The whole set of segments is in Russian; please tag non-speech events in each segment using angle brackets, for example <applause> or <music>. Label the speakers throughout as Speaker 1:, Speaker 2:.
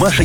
Speaker 1: Маша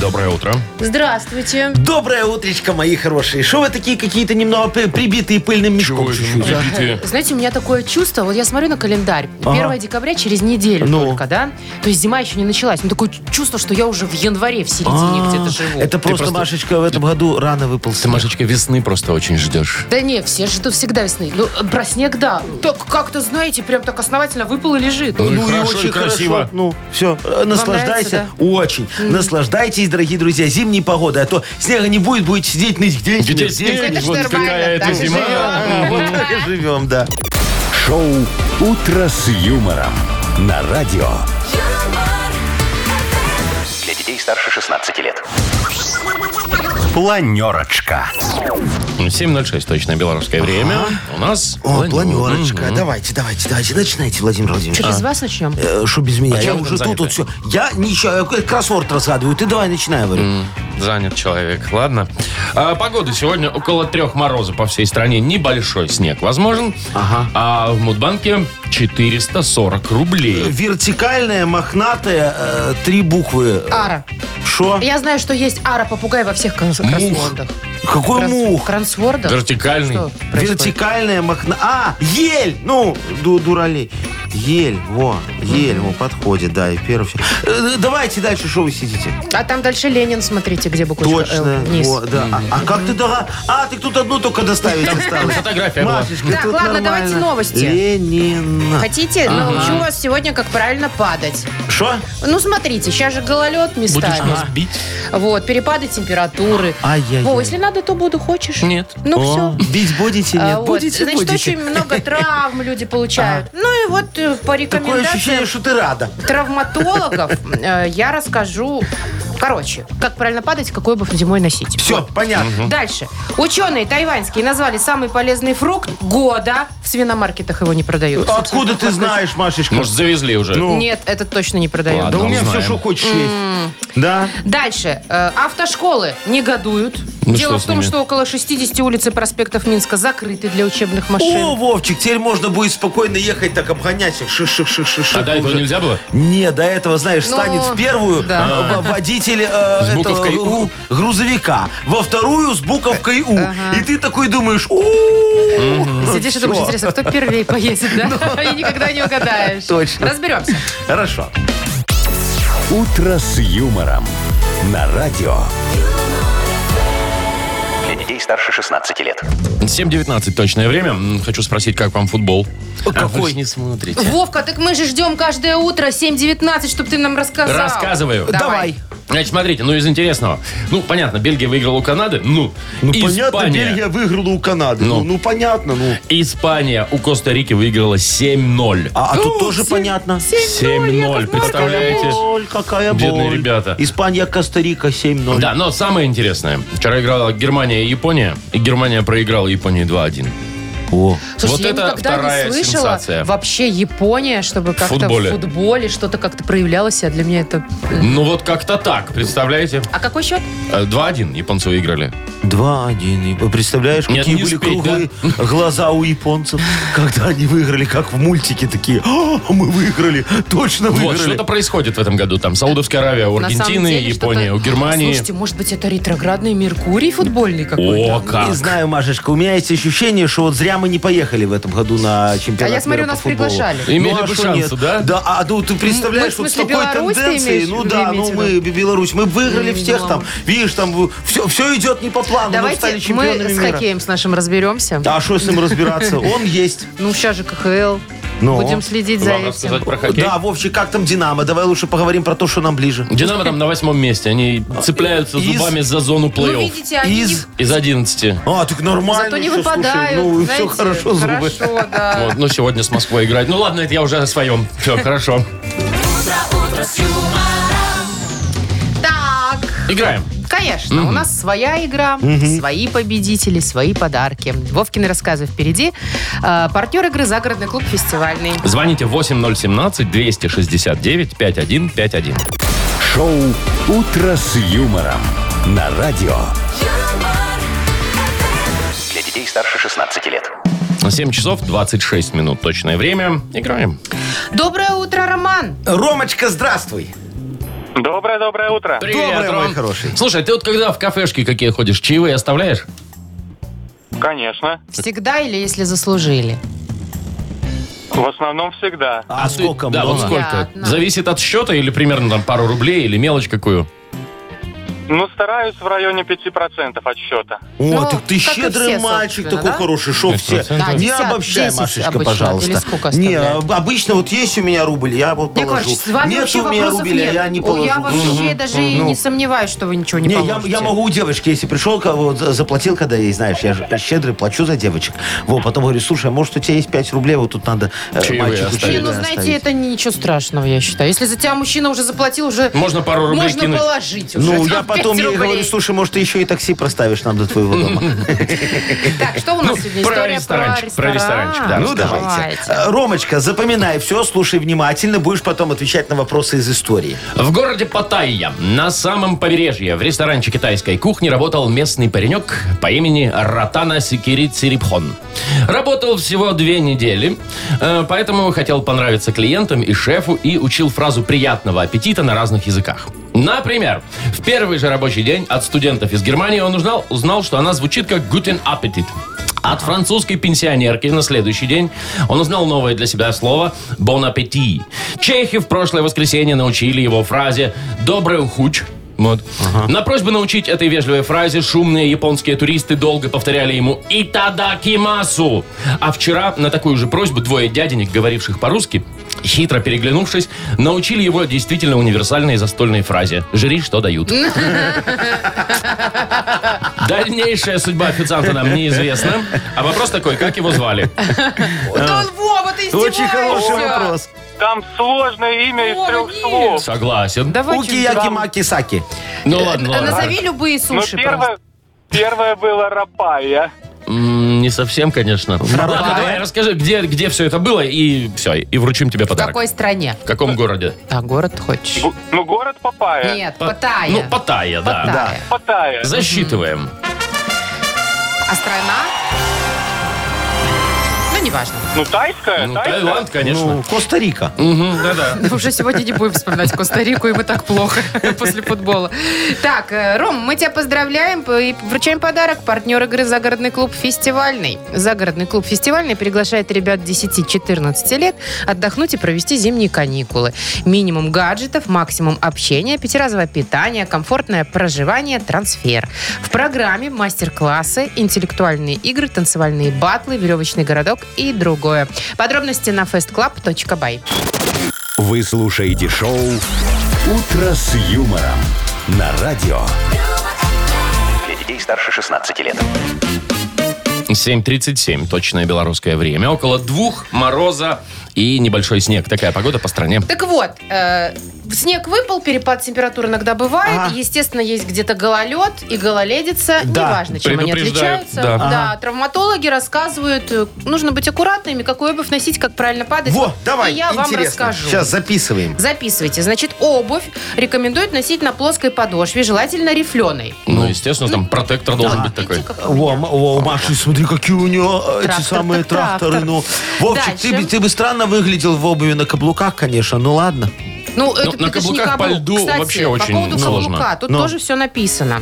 Speaker 2: Доброе утро.
Speaker 3: Здравствуйте.
Speaker 4: Доброе утречко, мои хорошие. Что вы такие какие-то немного при- прибитые пыльным мешком
Speaker 2: Чего
Speaker 4: чуть-чуть?
Speaker 2: это любите?
Speaker 3: Знаете, у меня такое чувство, вот я смотрю на календарь, 1 декабря через неделю
Speaker 4: Ну.
Speaker 3: только, да? То есть зима еще не началась. Ну, такое чувство, что я уже в январе в середине
Speaker 4: А,
Speaker 3: где-то живу.
Speaker 4: Это просто,
Speaker 2: просто-
Speaker 4: Машечка, в этом году рано выпал
Speaker 2: Ты,
Speaker 4: снег.
Speaker 2: Машечка, весны просто очень ждешь.
Speaker 3: Да не, все ждут всегда весны. Ну, э, про снег, да. Так как-то, знаете, прям так основательно выпал и лежит.
Speaker 2: Ну и
Speaker 4: Ну и
Speaker 2: хорошо,
Speaker 4: очень
Speaker 2: и красиво.
Speaker 4: хорошо. Ну, все, наслаждайся.
Speaker 3: нравится,
Speaker 4: Очень. Наслаждайтесь, дорогие друзья, зимней погодой. А то снега не будет, будете сидеть на где
Speaker 2: Где
Speaker 3: это
Speaker 2: снег,
Speaker 3: ж
Speaker 2: вот
Speaker 3: нормально,
Speaker 2: какая это
Speaker 3: так и
Speaker 2: зима.
Speaker 3: живем.
Speaker 4: <laughs> Вот так и живем, да.
Speaker 1: Шоу «Утро с юмором» на радио. Для детей старше 16 лет. Планерочка.
Speaker 2: 7.06 точно белорусское время. У нас...
Speaker 4: О,
Speaker 2: планер.
Speaker 4: планерочка. Давайте, давайте, давайте. Начинайте, Владимир Владимирович.
Speaker 3: Через вас начнем?
Speaker 4: Э, Что без меня?
Speaker 2: А
Speaker 4: я
Speaker 2: чем вы
Speaker 4: уже
Speaker 2: там
Speaker 4: тут вот все. Я ничего, я какой-то кроссворд разгадываю. Ты давай начинай, говорю.
Speaker 2: Занят человек, ладно. А, погода сегодня около трех мороза по всей стране. Небольшой снег возможен.
Speaker 4: Ага.
Speaker 2: А в Мудбанке 440 рублей.
Speaker 4: Вертикальная, мохнатая, э, три буквы.
Speaker 3: Ара.
Speaker 4: Шо?
Speaker 3: Я знаю, что есть ара-попугай во всех кран- кроссвордах.
Speaker 4: Какой
Speaker 3: Кранс-
Speaker 4: мух?
Speaker 3: Кроссвордах?
Speaker 2: Вертикальный.
Speaker 3: Что происходит?
Speaker 4: Вертикальная мохна... А, ель! Ну, ду- дуралей. Ель, во, ель, во, подходит, да, и первый. всё. Э, Давайте дальше, что вы сидите?
Speaker 3: А там дальше Ленин, смотрите, где буквочка
Speaker 4: Точно.
Speaker 3: «Л» э, вниз.
Speaker 4: во, да. А, а как ты дога... А, ты тут одну только
Speaker 2: <laughs>
Speaker 4: доставить осталось.
Speaker 2: фотография была.
Speaker 4: Машечка,
Speaker 3: Так,
Speaker 4: тут
Speaker 3: ладно,
Speaker 4: нормально.
Speaker 3: давайте новости.
Speaker 4: Ленин.
Speaker 3: Хотите? Научу вас сегодня, как правильно падать.
Speaker 4: Что?
Speaker 3: Ну, смотрите, сейчас же гололед
Speaker 2: Будешь
Speaker 3: местами.
Speaker 2: нас бить?
Speaker 3: Вот, перепады температуры.
Speaker 4: Ай-яй-яй.
Speaker 3: Во, если надо, то буду. Хочешь?
Speaker 2: Нет.
Speaker 3: Ну,
Speaker 4: О,
Speaker 3: все.
Speaker 4: Бить будете, нет? Будете,
Speaker 3: Значит,
Speaker 4: будете.
Speaker 3: очень много травм люди получают. Ну и вот э, по
Speaker 4: А. Такое
Speaker 3: рекомендациям
Speaker 4: ощущение, что ты рада.
Speaker 3: травматологов э, я расскажу. Короче, как правильно падать, какой обувь зимой носить.
Speaker 4: Все, понятно.
Speaker 3: Дальше. Ученые тайваньские назвали самый полезный фрукт года. В свиномаркетах его не продают.
Speaker 4: Откуда ты знаешь, Машечка?
Speaker 2: Может, завезли уже?
Speaker 4: Ну,
Speaker 3: Нет, это точно не продают.
Speaker 2: Ладно.
Speaker 4: да у меня
Speaker 2: узнаем.
Speaker 4: все, что хочешь есть. Да?
Speaker 3: Дальше. Э, Автошколы негодуют.
Speaker 2: Ну, что
Speaker 3: Дело
Speaker 2: с
Speaker 3: в том,
Speaker 2: ними?
Speaker 3: что около 60 улиц и проспектов Минска закрыты для учебных машин.
Speaker 4: О, Вовчик, теперь можно будет спокойно ехать так обгонять их. шиш шиш шиш шиш
Speaker 2: а до этого нельзя было?
Speaker 4: Не, до этого, знаешь,
Speaker 3: Ну,
Speaker 4: станет в первую
Speaker 3: да.
Speaker 4: э, в- водитель э,
Speaker 2: С
Speaker 4: этого,
Speaker 2: буковкой «У».
Speaker 4: гру- грузовика, во вторую с буковкой У. И ты такой думаешь, у
Speaker 3: Сидишь и думаешь,
Speaker 4: Всё.
Speaker 3: интересно, кто первее поедет,
Speaker 2: Ну.
Speaker 3: да? <laughs> И никогда не угадаешь.
Speaker 4: Точно.
Speaker 3: Разберемся.
Speaker 4: Хорошо.
Speaker 1: «Утро с юмором» на радио. Для детей старше 16 лет.
Speaker 2: 7.19 точное время. М, Хочу спросить, как вам футбол? А вы
Speaker 4: какой?
Speaker 2: ж не смотрите.
Speaker 3: Вовка, так мы же ждем каждое утро 7.19, чтобы ты нам рассказал.
Speaker 2: Рассказываю.
Speaker 3: Да.
Speaker 4: Давай.
Speaker 3: Давай.
Speaker 2: Значит, смотрите, ну из интересного. Ну, понятно, Бельгия выиграла у Канады. Ну, Испания.
Speaker 4: выиграла у Канады.
Speaker 2: Ну.
Speaker 4: понятно, ну.
Speaker 2: Испания у Коста-Рики выиграла 7-0.
Speaker 4: А, а тут
Speaker 3: Ну,
Speaker 4: тоже
Speaker 3: семь-
Speaker 4: понятно.
Speaker 2: 7-0, представляете?
Speaker 4: Боль, какая боль.
Speaker 2: Бедные ребята.
Speaker 4: Испания, Коста-Рика 7-0.
Speaker 2: Да, но самое интересное. Вчера играла Германия и Япония, и Германия проиграла Японии 2-1.
Speaker 4: О.
Speaker 3: Слушай,
Speaker 2: Вот
Speaker 3: я
Speaker 2: это
Speaker 3: никогда
Speaker 2: вторая
Speaker 3: не слышала
Speaker 2: сенсация.
Speaker 3: вообще Япония, чтобы как-то
Speaker 2: футболе.
Speaker 3: в футболе что-то как-то проявлялось, а для меня это...
Speaker 2: Ну вот как-то так, представляете?
Speaker 3: А какой счет?
Speaker 2: Э, 2-1 японцы выиграли.
Speaker 4: 2-1. И Представляешь,
Speaker 2: Нет,
Speaker 4: какие
Speaker 2: не
Speaker 4: были
Speaker 2: успеть,
Speaker 4: круглые
Speaker 2: <laughs>
Speaker 4: глаза у японцев, когда они выиграли, как в мультике такие. «А, мы выиграли, точно
Speaker 2: Вот,
Speaker 4: выиграли.
Speaker 2: что-то происходит в этом году. Там Саудовская Аравия, у
Speaker 3: На самом
Speaker 2: Аргентины,
Speaker 3: деле что-то-
Speaker 2: Япония, у Германии.
Speaker 3: Слушайте, может быть, это ретроградный Меркурий футбольный какой-то?
Speaker 2: О, как!
Speaker 4: Не знаю, Машечка, у меня есть ощущение, что вот зря мы не поехали в этом году на чемпионат
Speaker 3: А я смотрю,
Speaker 4: мира по
Speaker 3: нас
Speaker 4: футболу.
Speaker 3: приглашали.
Speaker 2: Имели
Speaker 4: Ну, а
Speaker 2: бы
Speaker 4: что
Speaker 2: шансы,
Speaker 4: нет?
Speaker 2: да?
Speaker 4: Да, а ну, ты
Speaker 3: Мы,
Speaker 4: представляешь,
Speaker 3: в
Speaker 4: вот с
Speaker 3: смысле,
Speaker 4: такой
Speaker 3: Беларусь ты
Speaker 4: тенденцией,
Speaker 3: имеешь в
Speaker 4: ну
Speaker 3: виду,
Speaker 4: да, ну
Speaker 3: имеете в
Speaker 4: мы, Беларусь, мы выиграли всех там, видишь, там все, все идет не по плану, мы стали
Speaker 3: Давайте мы
Speaker 4: чемпионами
Speaker 3: с
Speaker 4: мира.
Speaker 3: хоккеем с нашим разберемся.
Speaker 4: А что с
Speaker 3: <laughs>
Speaker 4: ним разбираться? Он есть.
Speaker 3: Ну, сейчас же КХЛ.
Speaker 4: Ну.
Speaker 3: Будем следить за
Speaker 2: Вам
Speaker 3: этим.
Speaker 2: рассказать про хоккей?
Speaker 4: Да, Вовчик, как там Динамо? Давай лучше поговорим про то, что нам ближе.
Speaker 2: Динамо там на восьмом месте. Они цепляются
Speaker 4: Из-
Speaker 2: зубами за зону
Speaker 3: Ну,
Speaker 2: плей-офф.
Speaker 3: видите, они
Speaker 4: Из-
Speaker 3: не-
Speaker 2: Из 11.
Speaker 4: А, так нормально.
Speaker 3: зато не
Speaker 4: всё, слушай,
Speaker 3: выпадают.
Speaker 4: ну, все
Speaker 3: знаете,
Speaker 4: хорошо, зубы.
Speaker 3: Хорошо, да.
Speaker 2: Вот, ну, сегодня с Москвой играть. Ну, ладно, это я уже о своем. Все, хорошо.
Speaker 3: Так,
Speaker 2: Играем.
Speaker 3: конечно, у нас своя игра, свои победители, свои подарки. Вовкины рассказы впереди. А, партнер игры «Загородный клуб фестивальный».
Speaker 2: Звоните 8017-269-5151.
Speaker 1: Шоу «Утро с юмором» на радио.
Speaker 5: юмор,
Speaker 6: Для детей старше 16 лет.
Speaker 2: 7 часов 26 минут точное время. Играем.
Speaker 3: Доброе утро, Роман.
Speaker 4: Ромочка, здравствуй.
Speaker 7: Доброе-доброе утро.
Speaker 4: Доброе,
Speaker 2: Ром.
Speaker 4: мой хороший.
Speaker 2: Слушай, ты вот когда в кафешки какие ходишь, чаевые оставляешь?
Speaker 7: Конечно.
Speaker 3: Всегда или если заслужили?
Speaker 7: В основном всегда.
Speaker 4: А,
Speaker 2: ты-
Speaker 4: сколько
Speaker 2: Да, вот
Speaker 4: много?
Speaker 2: сколько?
Speaker 3: Понятно.
Speaker 2: Зависит от счета или примерно там пару рублей или мелочь какую?
Speaker 7: Ну, стараюсь в районе 5% от счета.
Speaker 4: О,
Speaker 3: Ну,
Speaker 4: так ты
Speaker 3: как и
Speaker 4: щедрый
Speaker 3: все,
Speaker 4: мальчик,
Speaker 3: собственно,
Speaker 4: такой
Speaker 3: да?
Speaker 4: хороший, шо все.
Speaker 2: процентов.
Speaker 3: Да,
Speaker 4: не
Speaker 3: 50,
Speaker 4: обобщай,
Speaker 3: 10
Speaker 4: Машечка,
Speaker 3: обычно,
Speaker 4: пожалуйста.
Speaker 3: или сколько
Speaker 4: не,
Speaker 3: оставляют?
Speaker 4: об- обычно вот есть у меня рубль, я вот
Speaker 3: Яков
Speaker 4: положу.
Speaker 3: Маркович, с вами
Speaker 4: нет
Speaker 3: вообще
Speaker 4: у меня
Speaker 3: вопросов
Speaker 4: рубля,
Speaker 3: нет.
Speaker 4: я не
Speaker 3: О,
Speaker 4: положу.
Speaker 3: я вообще
Speaker 4: Мгм.
Speaker 3: даже и
Speaker 4: Ну.
Speaker 3: не сомневаюсь, что вы ничего не,
Speaker 4: Не, я,
Speaker 3: поможете.
Speaker 4: я могу у девочки, если пришел, ко- вот, за- заплатил, когда ей, знаешь, я же щедрый, плачу за девочек. Вот, потом говорю, слушай, а может у тебя есть 5 рублей, вот тут надо э,
Speaker 2: Чаевые
Speaker 4: мальчику
Speaker 2: оставить.
Speaker 3: Не,
Speaker 4: чаевые
Speaker 3: ну, знаете,
Speaker 4: оставить».
Speaker 3: это ничего страшного, я считаю. Если за тебя мужчина уже заплатил, уже
Speaker 2: Можно пару рублей
Speaker 3: можно
Speaker 2: кинуть.
Speaker 3: положить уже.
Speaker 4: Ну, я
Speaker 3: Там пять
Speaker 4: потом ей
Speaker 3: рублей.
Speaker 4: говорю, слушай, может, ты еще и такси проставишь нам до твоего дома.
Speaker 3: Так, что у нас
Speaker 2: Ну,
Speaker 3: сегодня?
Speaker 2: про
Speaker 3: История
Speaker 2: ресторанчик, про ресторанчик, <laughs> да.
Speaker 4: Ну,
Speaker 2: Расскажите.
Speaker 4: давайте. Э, Ромочка, запоминай все, слушай внимательно, будешь потом отвечать на вопросы из истории.
Speaker 2: В городе Паттайя, на самом побережье, в ресторане китайской кухни работал местный паренек по имени Ратана Секири Цирипхон. Работал всего две недели, э, поэтому хотел понравиться клиентам и шефу и учил фразу «приятного аппетита» на разных языках. Например, в первый же рабочий день от студентов из Германии он узнал, узнал что она звучит как «guten аппетит». От французской пенсионерки на следующий день он узнал новое для себя слово «бон аппетит». Чехи в прошлое воскресенье научили его фразе «добрый хуч». Вот. На просьбу научить этой вежливой фразе шумные японские туристы долго повторяли ему «Итадакимасу». А вчера на такую же просьбу двое дяденек, говоривших по-русски, хитро переглянувшись, научили его действительно универсальной застольной фразе «Жри, что дают». Дальнейшая судьба официанта нам неизвестна. А вопрос такой, как его звали?
Speaker 3: Да он, Вова, ты
Speaker 4: Э, Очень
Speaker 3: издеваешься.
Speaker 4: хороший вопрос.
Speaker 7: Там сложное имя из
Speaker 3: Ой,
Speaker 7: трех
Speaker 3: нет.
Speaker 7: слов.
Speaker 2: Согласен.
Speaker 3: Давай
Speaker 4: Уки,
Speaker 3: что-нибудь.
Speaker 4: яки, маки, саки.
Speaker 2: Ну ладно,
Speaker 3: Да,
Speaker 2: ладно.
Speaker 3: Э, А Назови любые
Speaker 7: Ну,
Speaker 3: суши.
Speaker 7: первое, первое было Рапайя.
Speaker 2: М, Не совсем, конечно. Ладно, давай расскажи, где, где все это было, и все, и вручим тебе
Speaker 3: В
Speaker 2: подарок.
Speaker 3: какой стране?
Speaker 2: В каком городе?
Speaker 3: А город хочешь?
Speaker 7: Гу- Ну, город Папая.
Speaker 3: Нет,
Speaker 2: Па-
Speaker 3: Паттайя.
Speaker 2: Э, Ну, Паттайя, да.
Speaker 3: Паттайя.
Speaker 7: Паттайя.
Speaker 2: Засчитываем.
Speaker 3: А страна? Ну, неважно.
Speaker 7: Ну, тайская,
Speaker 2: Ну,
Speaker 7: тайская.
Speaker 2: Таиланд, конечно.
Speaker 4: Ну, Коста-Рика.
Speaker 2: Мгм, Да-да.
Speaker 3: Мы уже сегодня не будем вспоминать Коста-Рику, им и так плохо <laughs> после футбола. Так, э, Ром, мы тебя поздравляем и вручаем подарок. Партнер игры «Загородный клуб фестивальный». «Загородный клуб фестивальный» приглашает ребят 10-14 лет отдохнуть и провести зимние каникулы. Минимум гаджетов, максимум общения, пятиразовое питание, комфортное проживание, трансфер. В программе мастер-классы, интеллектуальные игры, танцевальные батлы, веревочный городок и другое. Подробности на festclub.by.
Speaker 1: Вы слушаете шоу «Утро с юмором» на радио.
Speaker 6: Для детей старше 16 лет.
Speaker 2: 7.37, точное белорусское время. Около двух, мороза и небольшой снег. Такая погода по стране.
Speaker 3: Так вот, э, снег выпал, перепад температур иногда бывает.
Speaker 4: Ага.
Speaker 3: Естественно, есть где-то гололед и гололедица.
Speaker 4: Да,
Speaker 3: Неважно, чем они
Speaker 2: предупреждают,
Speaker 3: отличаются.
Speaker 2: да.
Speaker 3: травматологи рассказывают, э, нужно быть аккуратными, какую обувь носить, как правильно падать.
Speaker 4: Во, давай,
Speaker 3: И я вам
Speaker 4: интересно.
Speaker 3: расскажу.
Speaker 4: Сейчас записываем.
Speaker 3: Записывайте. Значит, обувь рекомендуют носить на плоской подошве, желательно рифленой.
Speaker 2: Ну, естественно, там протектор должен быть такой.
Speaker 3: Видите, как у
Speaker 4: Во,
Speaker 3: меня?
Speaker 4: М- во, Маша, смотри, какие у нее э, эти
Speaker 3: Трактор-то
Speaker 4: самые
Speaker 3: трактор.
Speaker 4: тракторы. Ну, Вовчик, ты,
Speaker 3: Дальше.
Speaker 4: бы- ты бы странно выглядел в обуви на каблуках, конечно, ну ладно.
Speaker 3: Ну, это,
Speaker 2: на
Speaker 3: это ж не
Speaker 2: каблуках по
Speaker 3: каблук.
Speaker 2: льду
Speaker 3: Кстати,
Speaker 2: вообще
Speaker 3: по
Speaker 2: очень
Speaker 3: поводу
Speaker 2: сложно.
Speaker 3: каблука, тут
Speaker 4: Ну.
Speaker 3: тоже все написано.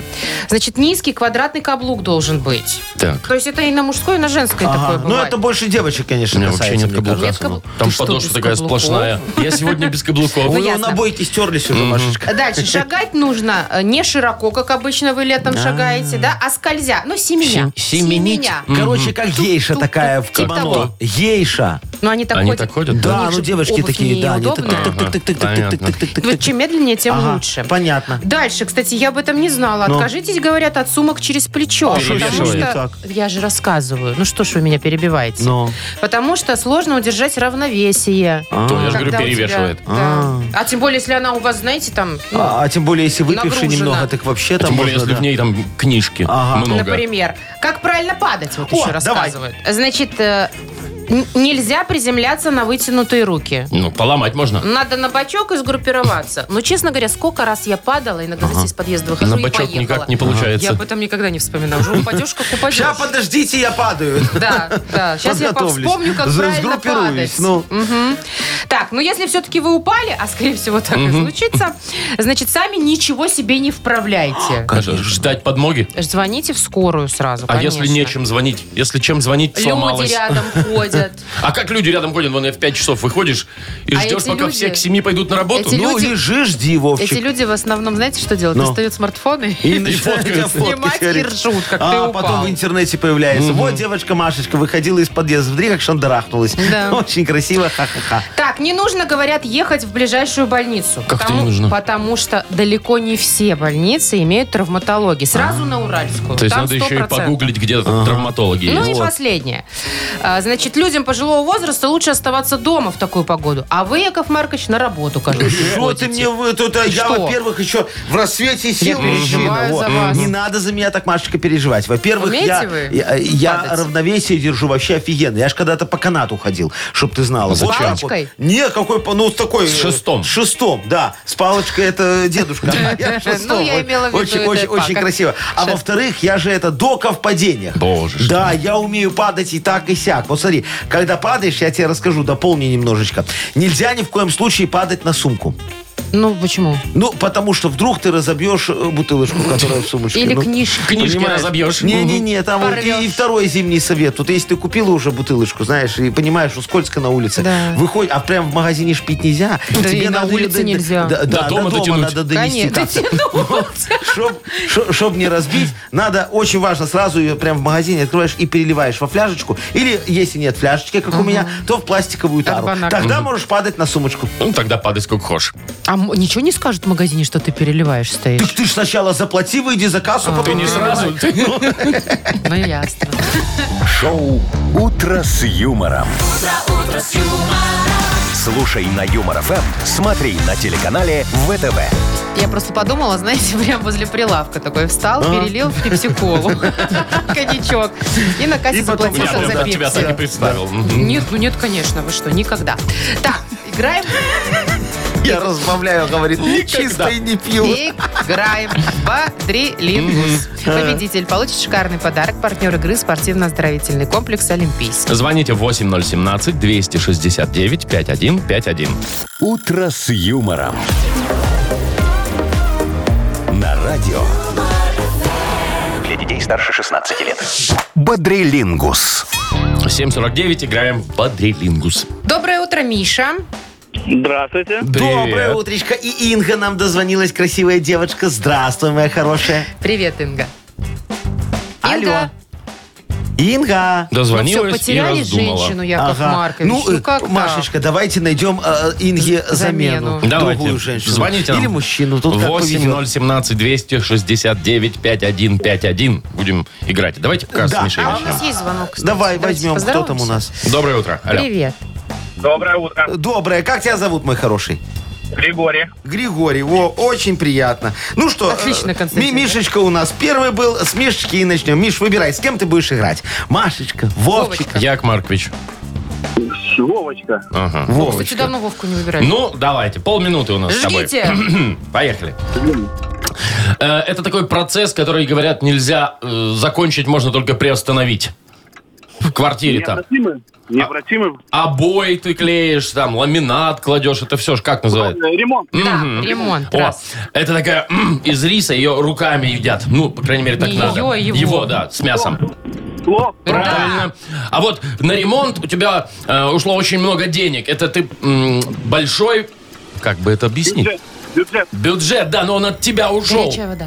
Speaker 3: Значит, низкий квадратный каблук должен быть.
Speaker 2: Так.
Speaker 3: То есть это и на мужской, и на женской такое
Speaker 4: Ага. Ну,
Speaker 3: бывает.
Speaker 4: это больше девочек,
Speaker 2: У
Speaker 4: конечно,
Speaker 2: меня вообще
Speaker 4: касается,
Speaker 2: нет
Speaker 4: мне
Speaker 2: каблука. ну.
Speaker 3: Нет
Speaker 4: кажется.
Speaker 3: каблука.
Speaker 2: Там
Speaker 3: Ты что,
Speaker 2: подошва
Speaker 3: без
Speaker 2: такая
Speaker 3: каблуков?
Speaker 2: сплошная. Я сегодня без каблуков. А,
Speaker 4: У
Speaker 3: Ну,
Speaker 4: него
Speaker 3: ясно.
Speaker 4: набойки стерлись уже, Машечка. <laughs>
Speaker 3: Дальше.
Speaker 2: <laughs>
Speaker 3: Шагать нужно э, не широко, как обычно вы летом шагаете, да, а скользя. Ну, семеня.
Speaker 2: семенить?
Speaker 3: Семеня.
Speaker 4: Короче, как гейша
Speaker 3: тут,
Speaker 4: такая
Speaker 3: тут,
Speaker 4: в
Speaker 3: типа
Speaker 4: кимоно.
Speaker 3: того.
Speaker 4: Гейша.
Speaker 3: Ну, они так
Speaker 2: Они
Speaker 3: ходят.
Speaker 2: так ходят? да?
Speaker 4: Да,
Speaker 3: них
Speaker 4: ну
Speaker 3: же
Speaker 4: девочки
Speaker 3: обувь
Speaker 4: такие, да, они так-
Speaker 3: неудобная.
Speaker 4: так- так- так- так- так- так-
Speaker 2: Понятно.
Speaker 4: так- так-
Speaker 3: Вот
Speaker 4: так-
Speaker 3: чем медленнее, тем
Speaker 4: Ага,
Speaker 3: лучше.
Speaker 4: Понятно.
Speaker 3: Дальше, кстати, я об этом не знала.
Speaker 4: Ну.
Speaker 3: Откажитесь, говорят, от сумок через плечо.
Speaker 2: А что
Speaker 3: потому
Speaker 2: с ними
Speaker 3: что...
Speaker 4: так?
Speaker 3: Я же рассказываю. Ну что ж вы меня перебиваете?
Speaker 4: Ну.
Speaker 3: Потому что сложно удержать равновесие.
Speaker 4: А.
Speaker 2: То, я же говорю,
Speaker 3: Когда у тебя-
Speaker 2: перевешивает.
Speaker 3: да. А тем более, если она у вас, знаете, там, ну,
Speaker 4: А а тем более, если выпивший
Speaker 3: Нагружена.
Speaker 4: немного, так вообще там
Speaker 2: А Тем более,
Speaker 4: можно,
Speaker 2: если в
Speaker 4: да.
Speaker 2: ней там книжки
Speaker 4: Ага.
Speaker 2: много.
Speaker 3: например. Как правильно падать, вот
Speaker 4: О,
Speaker 3: еще
Speaker 4: давай.
Speaker 3: рассказывают. Значит, э, Н- нельзя приземляться на вытянутые руки.
Speaker 2: Ну, поломать можно.
Speaker 3: Надо на бачок и сгруппироваться. Но, честно говоря, сколько раз я падала, иногда здесь из подъезда выхожу
Speaker 2: На
Speaker 3: и
Speaker 2: бачок
Speaker 3: поехала.
Speaker 2: никак не
Speaker 3: Я
Speaker 2: получается.
Speaker 3: об этом никогда не вспоминала. Уже упадешь, как упадешь.
Speaker 4: Сейчас, подождите, я падаю.
Speaker 3: Да, да. Сейчас я по-
Speaker 4: Подготовлюсь.
Speaker 3: вспомню, как
Speaker 4: З-
Speaker 3: правильно
Speaker 4: сгруппируюсь,
Speaker 3: падать.
Speaker 4: ну.
Speaker 3: Мгм. Так, ну если все-таки вы упали, а скорее всего так и случится, значит, сами ничего себе не вправляйте.
Speaker 2: Ждать подмоги.
Speaker 3: Звоните в скорую сразу,
Speaker 2: А
Speaker 3: конечно.
Speaker 2: если нечем звонить? Если чем звонить,
Speaker 3: Люди
Speaker 2: сломалось.
Speaker 3: рядом
Speaker 2: <laughs>
Speaker 3: ходят.
Speaker 2: А как люди рядом ходят? Вон я в 5 часов выходишь и
Speaker 3: А
Speaker 2: ждешь,
Speaker 3: эти
Speaker 2: пока
Speaker 3: люди-
Speaker 2: все к 7 пойдут на работу.
Speaker 3: Эти
Speaker 2: Ну,
Speaker 4: Ну,
Speaker 3: люди-
Speaker 4: лежи, жди,
Speaker 3: Эти
Speaker 4: Вовчик.
Speaker 3: люди в основном, знаете, что делают?
Speaker 4: Ну.
Speaker 3: Достают смартфоны
Speaker 4: И
Speaker 2: фоткаются.
Speaker 4: тебя фоткать,
Speaker 3: Снимать и
Speaker 4: говорит.
Speaker 3: ржут, как
Speaker 4: а,
Speaker 3: ты упал.
Speaker 4: потом в интернете появляется. Вот девочка Машечка выходила из подъезда, смотри, как шандарахнулась.
Speaker 3: Да.
Speaker 4: <laughs> Очень красиво, ха-ха-ха.
Speaker 3: Так, не нужно, говорят, ехать в ближайшую больницу.
Speaker 2: Как это
Speaker 3: потому,
Speaker 2: не нужно?
Speaker 3: Потому что далеко не все больницы имеют травматологи. Сразу на Уральскую.
Speaker 2: А. То есть
Speaker 3: Там
Speaker 2: надо еще и
Speaker 3: 100%.
Speaker 2: погуглить, где тут травматологи
Speaker 3: Ну
Speaker 2: есть.
Speaker 3: и последнее. А, Значит, людям пожилого возраста лучше оставаться дома в такую погоду. А вы, Яков Маркович, на работу, кажется,
Speaker 4: Что ты мне... вы- тут, а, Я,
Speaker 3: Что?
Speaker 4: во-первых, еще в рассвете сил.
Speaker 3: переживаю
Speaker 4: мужчина,
Speaker 3: за
Speaker 4: вот.
Speaker 3: вас.
Speaker 4: Не надо за меня так, Машечка, переживать. Во-первых,
Speaker 3: Умеете
Speaker 4: я,
Speaker 3: вы
Speaker 4: я, я
Speaker 3: падать?
Speaker 4: равновесие держу вообще офигенно. Я ж когда-то по канату ходил, чтобы ты знала.
Speaker 2: С
Speaker 4: Вот так
Speaker 3: палочкой?
Speaker 4: вот. Не, какой, по- ну, с такой...
Speaker 2: С
Speaker 4: э,
Speaker 2: шестом.
Speaker 4: С шестом, да. С палочкой это дедушка.
Speaker 3: <laughs>
Speaker 4: а я с шестом.
Speaker 3: Ну, я имела в виду
Speaker 4: Очень,
Speaker 3: это
Speaker 4: очень,
Speaker 3: пока.
Speaker 4: очень красиво. А
Speaker 3: Шест-
Speaker 4: во-вторых, я же это дока в падениях.
Speaker 2: Боже ж
Speaker 4: Да, я умею падать и так, и сяк. Вот смотри, когда падаешь, я тебе расскажу, дополни немножечко. Нельзя ни в коем случае падать на сумку.
Speaker 3: Ну, почему?
Speaker 4: Ну, потому что вдруг ты разобьешь э, бутылочку, которая в сумочке.
Speaker 3: Или
Speaker 4: ну,
Speaker 3: книжки.
Speaker 2: Книжки
Speaker 4: понимаешь?
Speaker 2: разобьешь.
Speaker 4: Не-не-не, там вот и
Speaker 3: Порвешь.
Speaker 4: второй зимний совет. Вот если ты купила уже бутылочку, знаешь, и понимаешь, что скользко на улице,
Speaker 3: Да.
Speaker 4: выходь, а прям в магазине ж пить нельзя.
Speaker 3: Да и
Speaker 4: Тебе
Speaker 3: на
Speaker 4: надо
Speaker 3: улице
Speaker 4: её до-
Speaker 3: нельзя.
Speaker 4: Да, да, до
Speaker 2: дома
Speaker 4: дома,
Speaker 2: дотянуть.
Speaker 4: надо донести.
Speaker 3: Конечно, тянуть.
Speaker 2: <laughs>
Speaker 4: Чтобы не разбить, надо очень важно сразу ее прям в магазине открываешь и переливаешь во фляжечку. Или, если нет фляжечки, как у меня, то в пластиковую тару.
Speaker 3: Арбанак.
Speaker 4: Тогда можешь падать на сумочку.
Speaker 2: Ну, тогда падай сколько хочешь.
Speaker 3: А м- ничего не скажут в магазине, что ты переливаешь,
Speaker 2: <laughs>
Speaker 4: Так
Speaker 3: стоишь?
Speaker 4: ты ж сначала заплати, выйди за кассу,
Speaker 2: Ты
Speaker 4: потом...
Speaker 2: не сразу. ты-
Speaker 3: Ну, ясно.
Speaker 1: Шоу «Утро с юмором». Слушай на Юмор ФМ, смотри на телеканале ВТВ.
Speaker 3: Я просто подумала, знаете, <laughs> прям возле прилавка такой встал,
Speaker 2: А?
Speaker 3: перелил в пепси-колу <laughs> коньячок и на
Speaker 4: И
Speaker 3: кассе
Speaker 4: потом
Speaker 3: заплатил
Speaker 2: Я прям
Speaker 3: за
Speaker 2: так тебя так и
Speaker 3: пепси.
Speaker 2: представил. Мгм.
Speaker 3: Нет, ну нет, конечно, вы что, никогда. Так, играем,
Speaker 4: <laughs> Я разбавляю, говорит, чистой не пью.
Speaker 3: играем в Бодрилингус. Победитель получит шикарный подарок. Партнер игры спортивно-оздоровительный комплекс «Олимпийский».
Speaker 2: Звоните 8017-269-5151.
Speaker 1: «Утро с юмором». На радио
Speaker 6: Для детей старше 16 лет.
Speaker 1: «Бодрилингус».
Speaker 2: 749, играем в Бодрилингус.
Speaker 3: Доброе утро, Миша.
Speaker 5: Здравствуйте.
Speaker 4: Доброе утречко. И Инга нам дозвонилась, красивая девочка. Здравствуй, моя хорошая.
Speaker 3: Привет, Инга.
Speaker 4: Алло.
Speaker 3: Инга,
Speaker 4: Инга.
Speaker 3: ну все,
Speaker 2: Дозвонилась и
Speaker 3: потеряли
Speaker 2: раздумала.
Speaker 3: женщину, Яков
Speaker 4: Ага.
Speaker 3: Маркович. Ну,
Speaker 4: э,
Speaker 3: как так?
Speaker 4: Машечка, давайте найдем э, Инге
Speaker 3: З- замену.
Speaker 4: замену.
Speaker 2: Давайте,
Speaker 4: Другую женщину.
Speaker 2: звоните нам.
Speaker 4: Или мужчину. Тут как повезет.
Speaker 2: 8017-269-5151. Будем играть. Давайте как
Speaker 4: Да.
Speaker 2: с Мишей
Speaker 3: А у
Speaker 2: начнем.
Speaker 3: нас есть звонок, кстати.
Speaker 4: Давай
Speaker 3: Давайте
Speaker 4: возьмем, кто там у
Speaker 3: поздороваемся.
Speaker 4: нас.
Speaker 2: Доброе утро. Алло.
Speaker 3: Привет.
Speaker 7: Доброе утро.
Speaker 4: Доброе. Как тебя зовут, мой хороший?
Speaker 7: Григорий.
Speaker 4: Григорий, во, очень приятно. Ну что,
Speaker 3: Отлично,
Speaker 4: э,
Speaker 3: Константин,
Speaker 4: Ми-
Speaker 3: да?
Speaker 4: Мишечка у нас первый был, с Мишечки и начнем. Миш, выбирай, с кем ты будешь играть? Машечка, Вовчик,
Speaker 2: Як Маркович.
Speaker 7: Вовочка.
Speaker 2: Ага.
Speaker 3: Кстати,
Speaker 4: Вовочка.
Speaker 3: давно Вовку не выбирали.
Speaker 2: Ну, давайте, полминуты у нас с
Speaker 3: Жгите.
Speaker 2: тобой. Поехали. Э, Это такой процесс, который, говорят, нельзя э, закончить, можно только приостановить. В квартире-то.
Speaker 7: Необратимый. Необратимый.
Speaker 2: Обои ты клеишь, там, ламинат кладешь, это все ж как
Speaker 7: Э.
Speaker 2: называют?
Speaker 7: Ремонт.
Speaker 3: Да,
Speaker 2: Ну, Мгм.
Speaker 3: ремонт.
Speaker 2: О,
Speaker 3: раз.
Speaker 2: это такая м, из риса, ее руками едят. Ну, по крайней мере, так
Speaker 3: Не
Speaker 2: надо.
Speaker 3: её, а его.
Speaker 2: да, с мясом.
Speaker 7: Плов.
Speaker 3: Да.
Speaker 2: Правильно. А вот на ремонт у тебя э, ушло очень много денег. Это ты м, большой, как бы это объяснить?
Speaker 7: Бюджет. Бюджет.
Speaker 2: Бюджет, да, но он от тебя ушел.
Speaker 3: Горячая вода.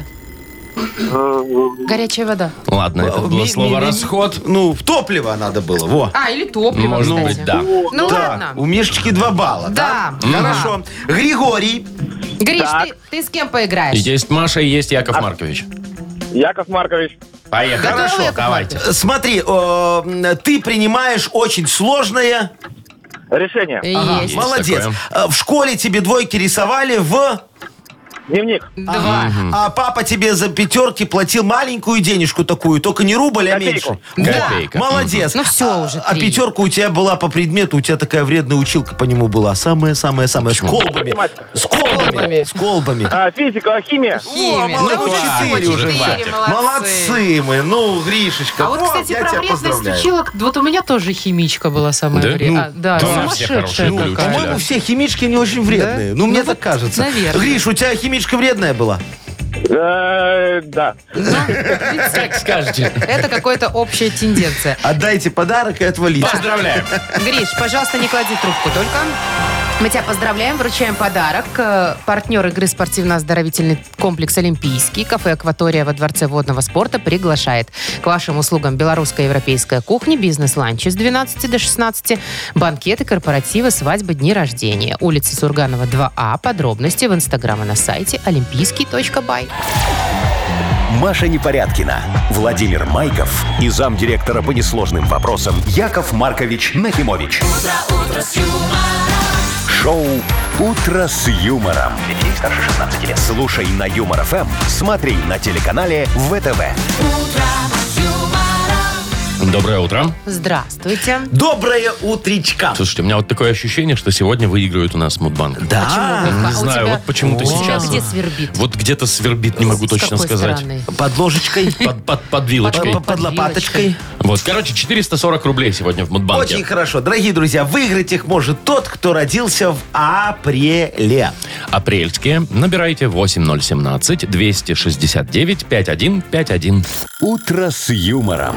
Speaker 3: Горячая вода.
Speaker 2: Ладно, это было
Speaker 4: Ми-
Speaker 2: слово
Speaker 4: ми- ми-
Speaker 2: расход.
Speaker 4: Ну, в топливо надо было, во.
Speaker 3: А, или топливо,
Speaker 2: Может
Speaker 3: кстати.
Speaker 2: быть, да.
Speaker 3: Ну
Speaker 4: Так,
Speaker 3: ладно.
Speaker 4: у Мишечки два балла, да?
Speaker 3: Да.
Speaker 4: Хорошо. Григорий,
Speaker 3: Гриш, ты, ты с кем поиграешь?
Speaker 2: Есть Маша и есть Яков Маркович.
Speaker 7: Яков Маркович.
Speaker 2: Поехали.
Speaker 3: Готовы,
Speaker 2: Хорошо,
Speaker 3: Яков
Speaker 2: давайте.
Speaker 4: э, смотри, э, м, ты принимаешь очень сложное.
Speaker 7: Решение.
Speaker 3: Есть.
Speaker 7: Э.
Speaker 2: Есть
Speaker 4: Молодец.
Speaker 2: такое.
Speaker 4: Э, В школе тебе двойки рисовали в...
Speaker 7: Дневник.
Speaker 3: Два.
Speaker 4: А папа тебе за пятерки платил маленькую денежку такую, только не рубль, а
Speaker 7: Копейку.
Speaker 4: меньше.
Speaker 3: Да.
Speaker 2: Копейка.
Speaker 4: Молодец.
Speaker 3: Ну всё
Speaker 4: А-
Speaker 3: уже,
Speaker 4: А
Speaker 3: три.
Speaker 4: пятерка у тебя была по предмету, у тебя такая вредная училка по нему была. Самая-самая-самая. С колбами.
Speaker 7: Математика.
Speaker 4: С колбами. С колбами.
Speaker 7: А, физика, а химия?
Speaker 3: Химия.
Speaker 4: О, молодцы,
Speaker 3: Ну,
Speaker 4: четыре
Speaker 3: хватит,
Speaker 4: уже,
Speaker 3: четыре,
Speaker 4: хватит.
Speaker 3: молодцы.
Speaker 4: Молодцы мы. Ну, Гришечка,
Speaker 3: А вот,
Speaker 4: вот,
Speaker 3: кстати,
Speaker 4: я
Speaker 3: про
Speaker 4: тебя
Speaker 3: вредность
Speaker 4: поздравляю.
Speaker 3: училок. Вот у меня тоже химичка была самая
Speaker 2: Да? Ну,
Speaker 3: вредная. А, да,
Speaker 2: да, все хорошие
Speaker 3: сумасшедшая
Speaker 2: были
Speaker 3: какая.
Speaker 2: учителя.
Speaker 4: По-моему, все химички не очень вредные. Ну, мне
Speaker 3: Ну,
Speaker 4: так
Speaker 3: вот,
Speaker 4: кажется.
Speaker 3: наверное.
Speaker 4: Гриш, у тебя химичка вредная была?
Speaker 7: Э, Да.
Speaker 2: Как скажете.
Speaker 3: Это какая-то общая тенденция.
Speaker 4: Отдайте подарок и отвалите.
Speaker 2: Поздравляем.
Speaker 3: Гриш, пожалуйста, не клади трубку только. Мы тебя поздравляем, вручаем подарок. Э, Партнер игры спортивно-оздоровительный комплекс «Олимпийский». Кафе «Акватория» во Дворце водного спорта приглашает. К вашим услугам белорусская и европейская кухня, бизнес-ланчи с 12 до 16, банкеты, корпоративы, свадьбы, дни рождения. Улица Сурганова, 2А. Подробности в Инстаграм и на сайте олимпийский.бай.
Speaker 1: Маша Непорядкина, Владимир Майков и замдиректора по несложным вопросам Яков Маркович Нахимович. Шоу Утро с юмором. Детей старше 16 лет. Слушай на юмор ФМ, смотри на телеканале ВТВ.
Speaker 2: Доброе утро.
Speaker 3: Здравствуйте.
Speaker 4: Доброе утречка.
Speaker 2: Слушайте, у меня вот такое ощущение, что сегодня выигрывает у нас Мудбанк.
Speaker 4: Да.
Speaker 3: Вовка?
Speaker 2: Не
Speaker 3: А у
Speaker 2: знаю,
Speaker 3: тебя-
Speaker 2: вот почему-то
Speaker 3: у тебя
Speaker 2: сейчас.
Speaker 3: где свербит?
Speaker 2: Вот где-то свербит, не могу
Speaker 3: С
Speaker 2: точно
Speaker 3: какой
Speaker 2: сказать.
Speaker 3: стороны?
Speaker 4: Под ложечкой.
Speaker 2: Под, под, под вилочкой.
Speaker 4: Под, под
Speaker 3: лопаточкой.
Speaker 4: лопаточкой.
Speaker 2: Вот, короче, 440 рублей сегодня в Мудбанке.
Speaker 4: Очень хорошо. Дорогие друзья, выиграть их может тот, кто родился в апреле.
Speaker 2: Апрельские. Набирайте 8017-269-5151.
Speaker 1: Утро с юмором.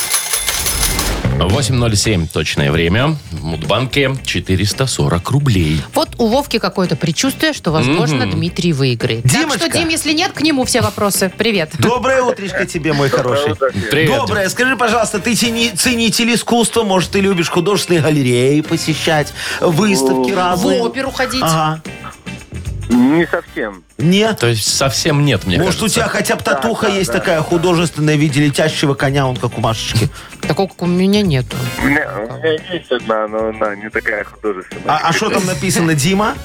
Speaker 2: 8.07 точное время. В Мудбанке 440 рублей.
Speaker 3: Вот у Вовки какое-то предчувствие, что, возможно, Дмитрий выиграет.
Speaker 4: Димочка!
Speaker 3: Так что, Дим, если нет, к нему все вопросы. Привет.
Speaker 4: Доброе утречко тебе, мой хороший.
Speaker 2: Привет.
Speaker 4: Доброе. Скажи, пожалуйста, ты тени- ценитель искусства, может, ты любишь художественные галереи посещать, выставки
Speaker 3: В
Speaker 4: разные?
Speaker 3: оперу ходить.
Speaker 4: Ага.
Speaker 7: Не совсем.
Speaker 4: Нет?
Speaker 2: То есть совсем нет, мне
Speaker 4: Может, у
Speaker 2: кажется.
Speaker 4: тебя хотя бы татуха есть такая художественная в виде летящего коня, он как у Машечки.
Speaker 3: Такого, как у меня нету.
Speaker 7: У меня, у меня есть одна, но она не такая художественная.
Speaker 4: А что там написано, Дима?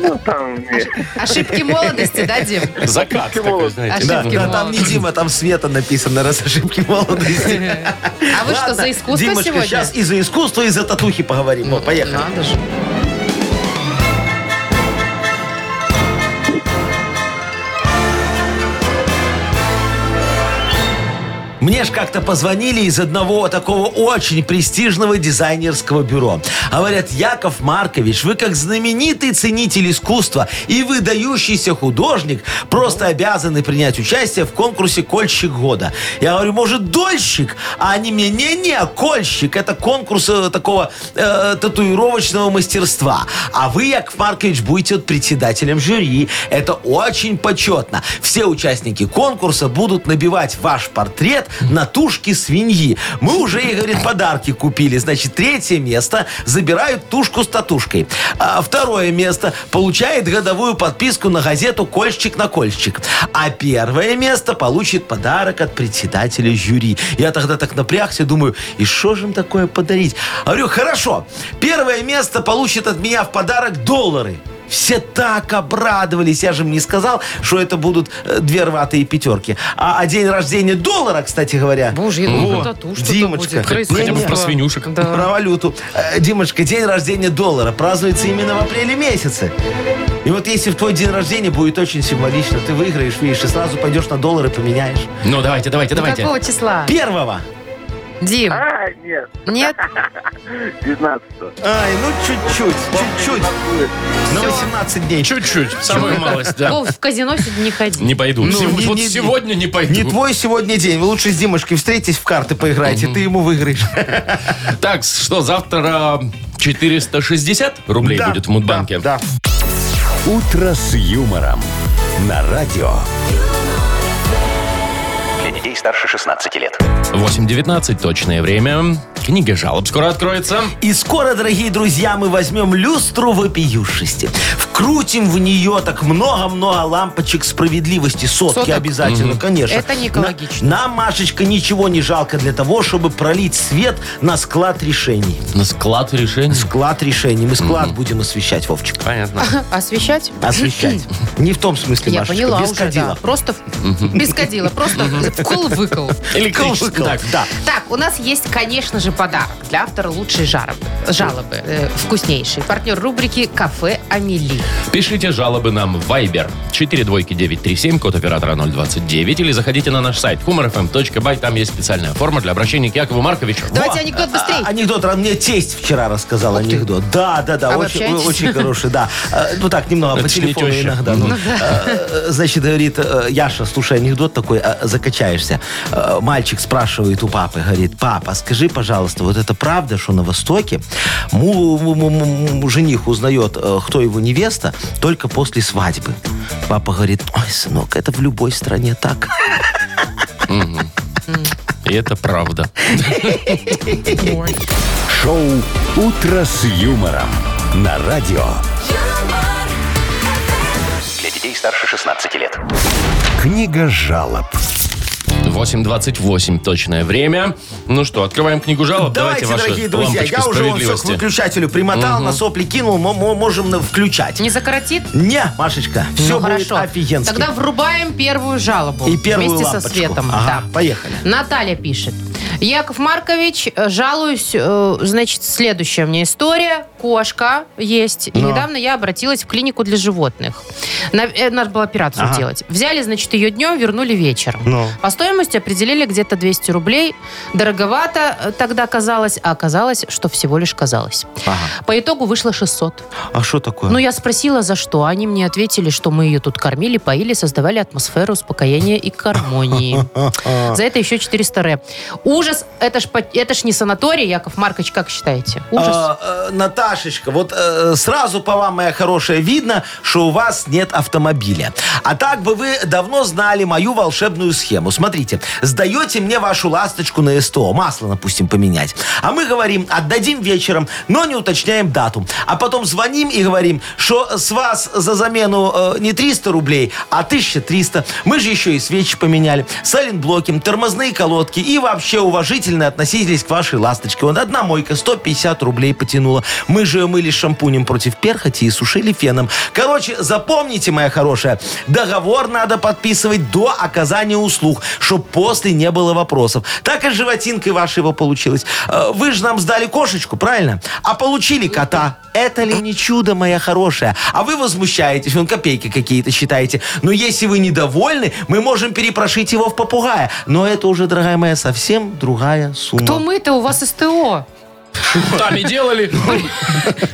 Speaker 7: Ну, там нет.
Speaker 3: Ошибки молодости, да, Дим?
Speaker 2: Закат такой, знаете.
Speaker 3: <laughs> Ошибки
Speaker 4: Да,
Speaker 2: ну,
Speaker 4: да, там не
Speaker 3: молодости.
Speaker 4: Дима, там Света написано, раз ошибки молодости.
Speaker 3: А <laughs> вы что,
Speaker 4: Ладно,
Speaker 3: за искусство
Speaker 4: Димочка,
Speaker 3: сегодня?
Speaker 4: сейчас и за искусство, и за татухи поговорим. Вот, поехали.
Speaker 3: Надо же.
Speaker 4: Мне ж как-то позвонили из одного такого очень престижного дизайнерского бюро. Говорят, Яков Маркович, вы как знаменитый ценитель искусства и выдающийся художник просто обязаны принять участие в конкурсе «Кольщик года». Я говорю, может, «Дольщик»? А они мне, не-не, «Кольщик» — это конкурс э, такого э, татуировочного мастерства. А вы, Яков Маркович, будете вот председателем жюри. Это очень почетно. Все участники конкурса будут набивать ваш портрет на тушке свиньи. Мы уже, и, говорит, подарки купили. Значит, третье место забирают тушку с татушкой. А второе место получает годовую подписку на газету «Кольщик на кольщик». А первое место получит подарок от председателя жюри. Я тогда так напрягся, думаю, и что же им такое подарить? А Говорю, хорошо, первое место получит от меня в подарок доллары. Все так обрадовались. Я же им не сказал, что это будут э, две рватые пятерки. А, а день рождения доллара, кстати говоря,
Speaker 3: Боже, я думала,
Speaker 4: Во,
Speaker 3: тату что-то
Speaker 4: Димочка,
Speaker 3: будет.
Speaker 4: хотя бы
Speaker 3: Крысолова.
Speaker 2: про свинюшек.
Speaker 4: про
Speaker 3: Да.
Speaker 4: валюту. Э, Димочка, день рождения доллара празднуется именно в апреле месяце. И вот если в твой день рождения будет очень символично, ты выиграешь, видишь, и сразу пойдешь на доллары поменяешь.
Speaker 2: Ну, давайте, давайте,
Speaker 3: Ну,
Speaker 2: давайте.
Speaker 3: Какого числа?
Speaker 4: Первого.
Speaker 3: Дим,
Speaker 7: А, нет,
Speaker 3: нет?
Speaker 7: 19
Speaker 4: Ай, ну чуть-чуть, чуть-чуть. На 18 дней.
Speaker 2: Чуть-чуть, самую малость, да.
Speaker 3: Вов, в казино сегодня не ходи.
Speaker 2: Не пойду.
Speaker 4: Ну,
Speaker 2: Сего-
Speaker 4: не-
Speaker 2: вот
Speaker 4: не-
Speaker 2: сегодня не пойду.
Speaker 4: Не твой сегодня день. Вы лучше с Димочкой встретитесь в карты поиграйте, ты ему выиграешь.
Speaker 2: Так, что завтра 460 рублей
Speaker 4: Да,
Speaker 2: будет в Мудбанке.
Speaker 4: Да, да.
Speaker 1: Утро с юмором. На радио
Speaker 6: Для детей старше 16 лет.
Speaker 2: 8.19 точное время. Книга жалоб скоро откроется.
Speaker 4: И скоро, дорогие друзья, мы возьмем люстру вопиюшести. Вкрутим в нее так много-много лампочек справедливости. Сотки
Speaker 3: Соток?
Speaker 4: обязательно, конечно.
Speaker 3: Это не экологично.
Speaker 4: На- нам, Машечка, ничего не жалко для того, чтобы пролить свет на склад решений.
Speaker 2: На склад решений.
Speaker 4: Склад решений. Мы склад будем
Speaker 3: <laughs>
Speaker 4: освещать, Вовчик.
Speaker 2: <laughs> Понятно.
Speaker 3: Освещать?
Speaker 4: Освещать. Не в том смысле,
Speaker 3: Я
Speaker 4: Машечка,
Speaker 3: поняла
Speaker 4: без
Speaker 3: уже,
Speaker 4: кадила.
Speaker 3: да. Просто в- без кадила, просто вкл-выкл.
Speaker 2: Электричество.
Speaker 4: Колокол,
Speaker 2: Так,
Speaker 4: да.
Speaker 3: Так, у нас есть, конечно же, подарок для автора лучшей жаробы- жалобы. э, вкуснейший. Партнер рубрики «Кафе Амели».
Speaker 2: Пишите жалобы нам в Viber 42937, код оператора 029, или заходите на наш сайт humorfm.by, там есть специальная форма для обращения к Якову Марковичу.
Speaker 3: Давайте анекдот быстрее.
Speaker 4: А- анекдот. А Мне тесть вчера рассказал анекдот. Да, да, да.
Speaker 3: А вы
Speaker 4: Очень,
Speaker 3: общаетесь?
Speaker 4: очень хороший, да. Э, Ну так, немного по
Speaker 2: Это ж не
Speaker 4: телефону
Speaker 2: теща.
Speaker 4: иногда. ну. Э, э, Значит, говорит, э, Яша, слушай, анекдот такой, э, закачаешься. Э, Мальчик спрашивает у папы, говорит, папа, скажи, пожалуйста, вот это правда, что на Востоке му- му- му- му- му- жених узнает, э, кто его невеста, только после свадьбы? Папа говорит, ой, сынок, это в любой стране так.
Speaker 2: И это правда.
Speaker 1: Шоу «Утро с юмором» на радио.
Speaker 5: юмор,
Speaker 6: Для детей старше 16 лет.
Speaker 1: Книга жалоб.
Speaker 2: 8.28 точное время. Ну что, открываем книгу жалоб. Давайте,
Speaker 4: Давайте,
Speaker 2: ваши
Speaker 4: дорогие друзья,
Speaker 2: лампочки
Speaker 4: я уже вон все к
Speaker 2: справедливости.
Speaker 4: выключателю примотал, на сопли кинул, мы можем на- включать.
Speaker 3: Не закоротит?
Speaker 4: Не, Машечка, все
Speaker 3: ну,
Speaker 4: а, будет
Speaker 3: хорошо.
Speaker 4: офигенски.
Speaker 3: Тогда врубаем первую жалобу.
Speaker 4: И первую
Speaker 3: Вместе со
Speaker 4: лампочку.
Speaker 3: светом.
Speaker 4: Ага,
Speaker 3: да.
Speaker 4: поехали.
Speaker 3: Наталья пишет. Яков Маркович, э, жалуюсь, э, значит, следующая у меня история. Кошка есть. И
Speaker 4: Но.
Speaker 3: недавно я обратилась в клинику для животных. На- э, Надо было операцию
Speaker 4: Ага.
Speaker 3: делать. Взяли, значит, ее днем, вернули вечером.
Speaker 4: Ну.
Speaker 3: По стоимости определили где-то 200 рублей. Дороговато э, тогда казалось, а оказалось, что всего лишь казалось.
Speaker 4: Ага.
Speaker 3: По итогу вышло 600.
Speaker 4: А что такое?
Speaker 3: Ну, я спросила, за что. Они мне ответили, что мы ее тут кормили, поили, создавали атмосферу успокоения и
Speaker 4: <laughs>
Speaker 3: гармонии. За это еще 400 ре. Ужас, это ж, по- это ж не санаторий, Яков Маркович, как считаете? Ужас.
Speaker 4: А, э, Наташечка, вот э, сразу по вам, моя хорошая, видно, что у вас нет автомобиля. А так бы вы давно знали мою волшебную схему. Смотрите, сдаете мне вашу ласточку на СТО, масло, допустим, поменять. А мы говорим, отдадим вечером, но не уточняем дату. А потом звоним и говорим, что с вас за замену э, не 300 рублей, а 1300. Мы же еще и свечи поменяли, сайлентблоки, тормозные колодки и вообще уважительно относились к вашей ласточке. Вот одна мойка 150 рублей потянула. Мы же ее мыли шампунем против перхоти и сушили феном. Короче, запомните, моя хорошая, договор надо подписывать до оказания услуг, чтобы после не было вопросов. Так и с животинкой вашей его получилось. Э, Вы же нам сдали кошечку, правильно? А получили кота. Это ли не чудо, моя хорошая? А вы возмущаетесь, он копейки какие-то считаете. Но если вы недовольны, мы можем перепрошить его в попугая. Но это уже, дорогая моя, совсем другая сумма.
Speaker 3: Кто мы-то? У вас СТО.
Speaker 2: <laughs> Там и
Speaker 4: <laughs>
Speaker 2: делали.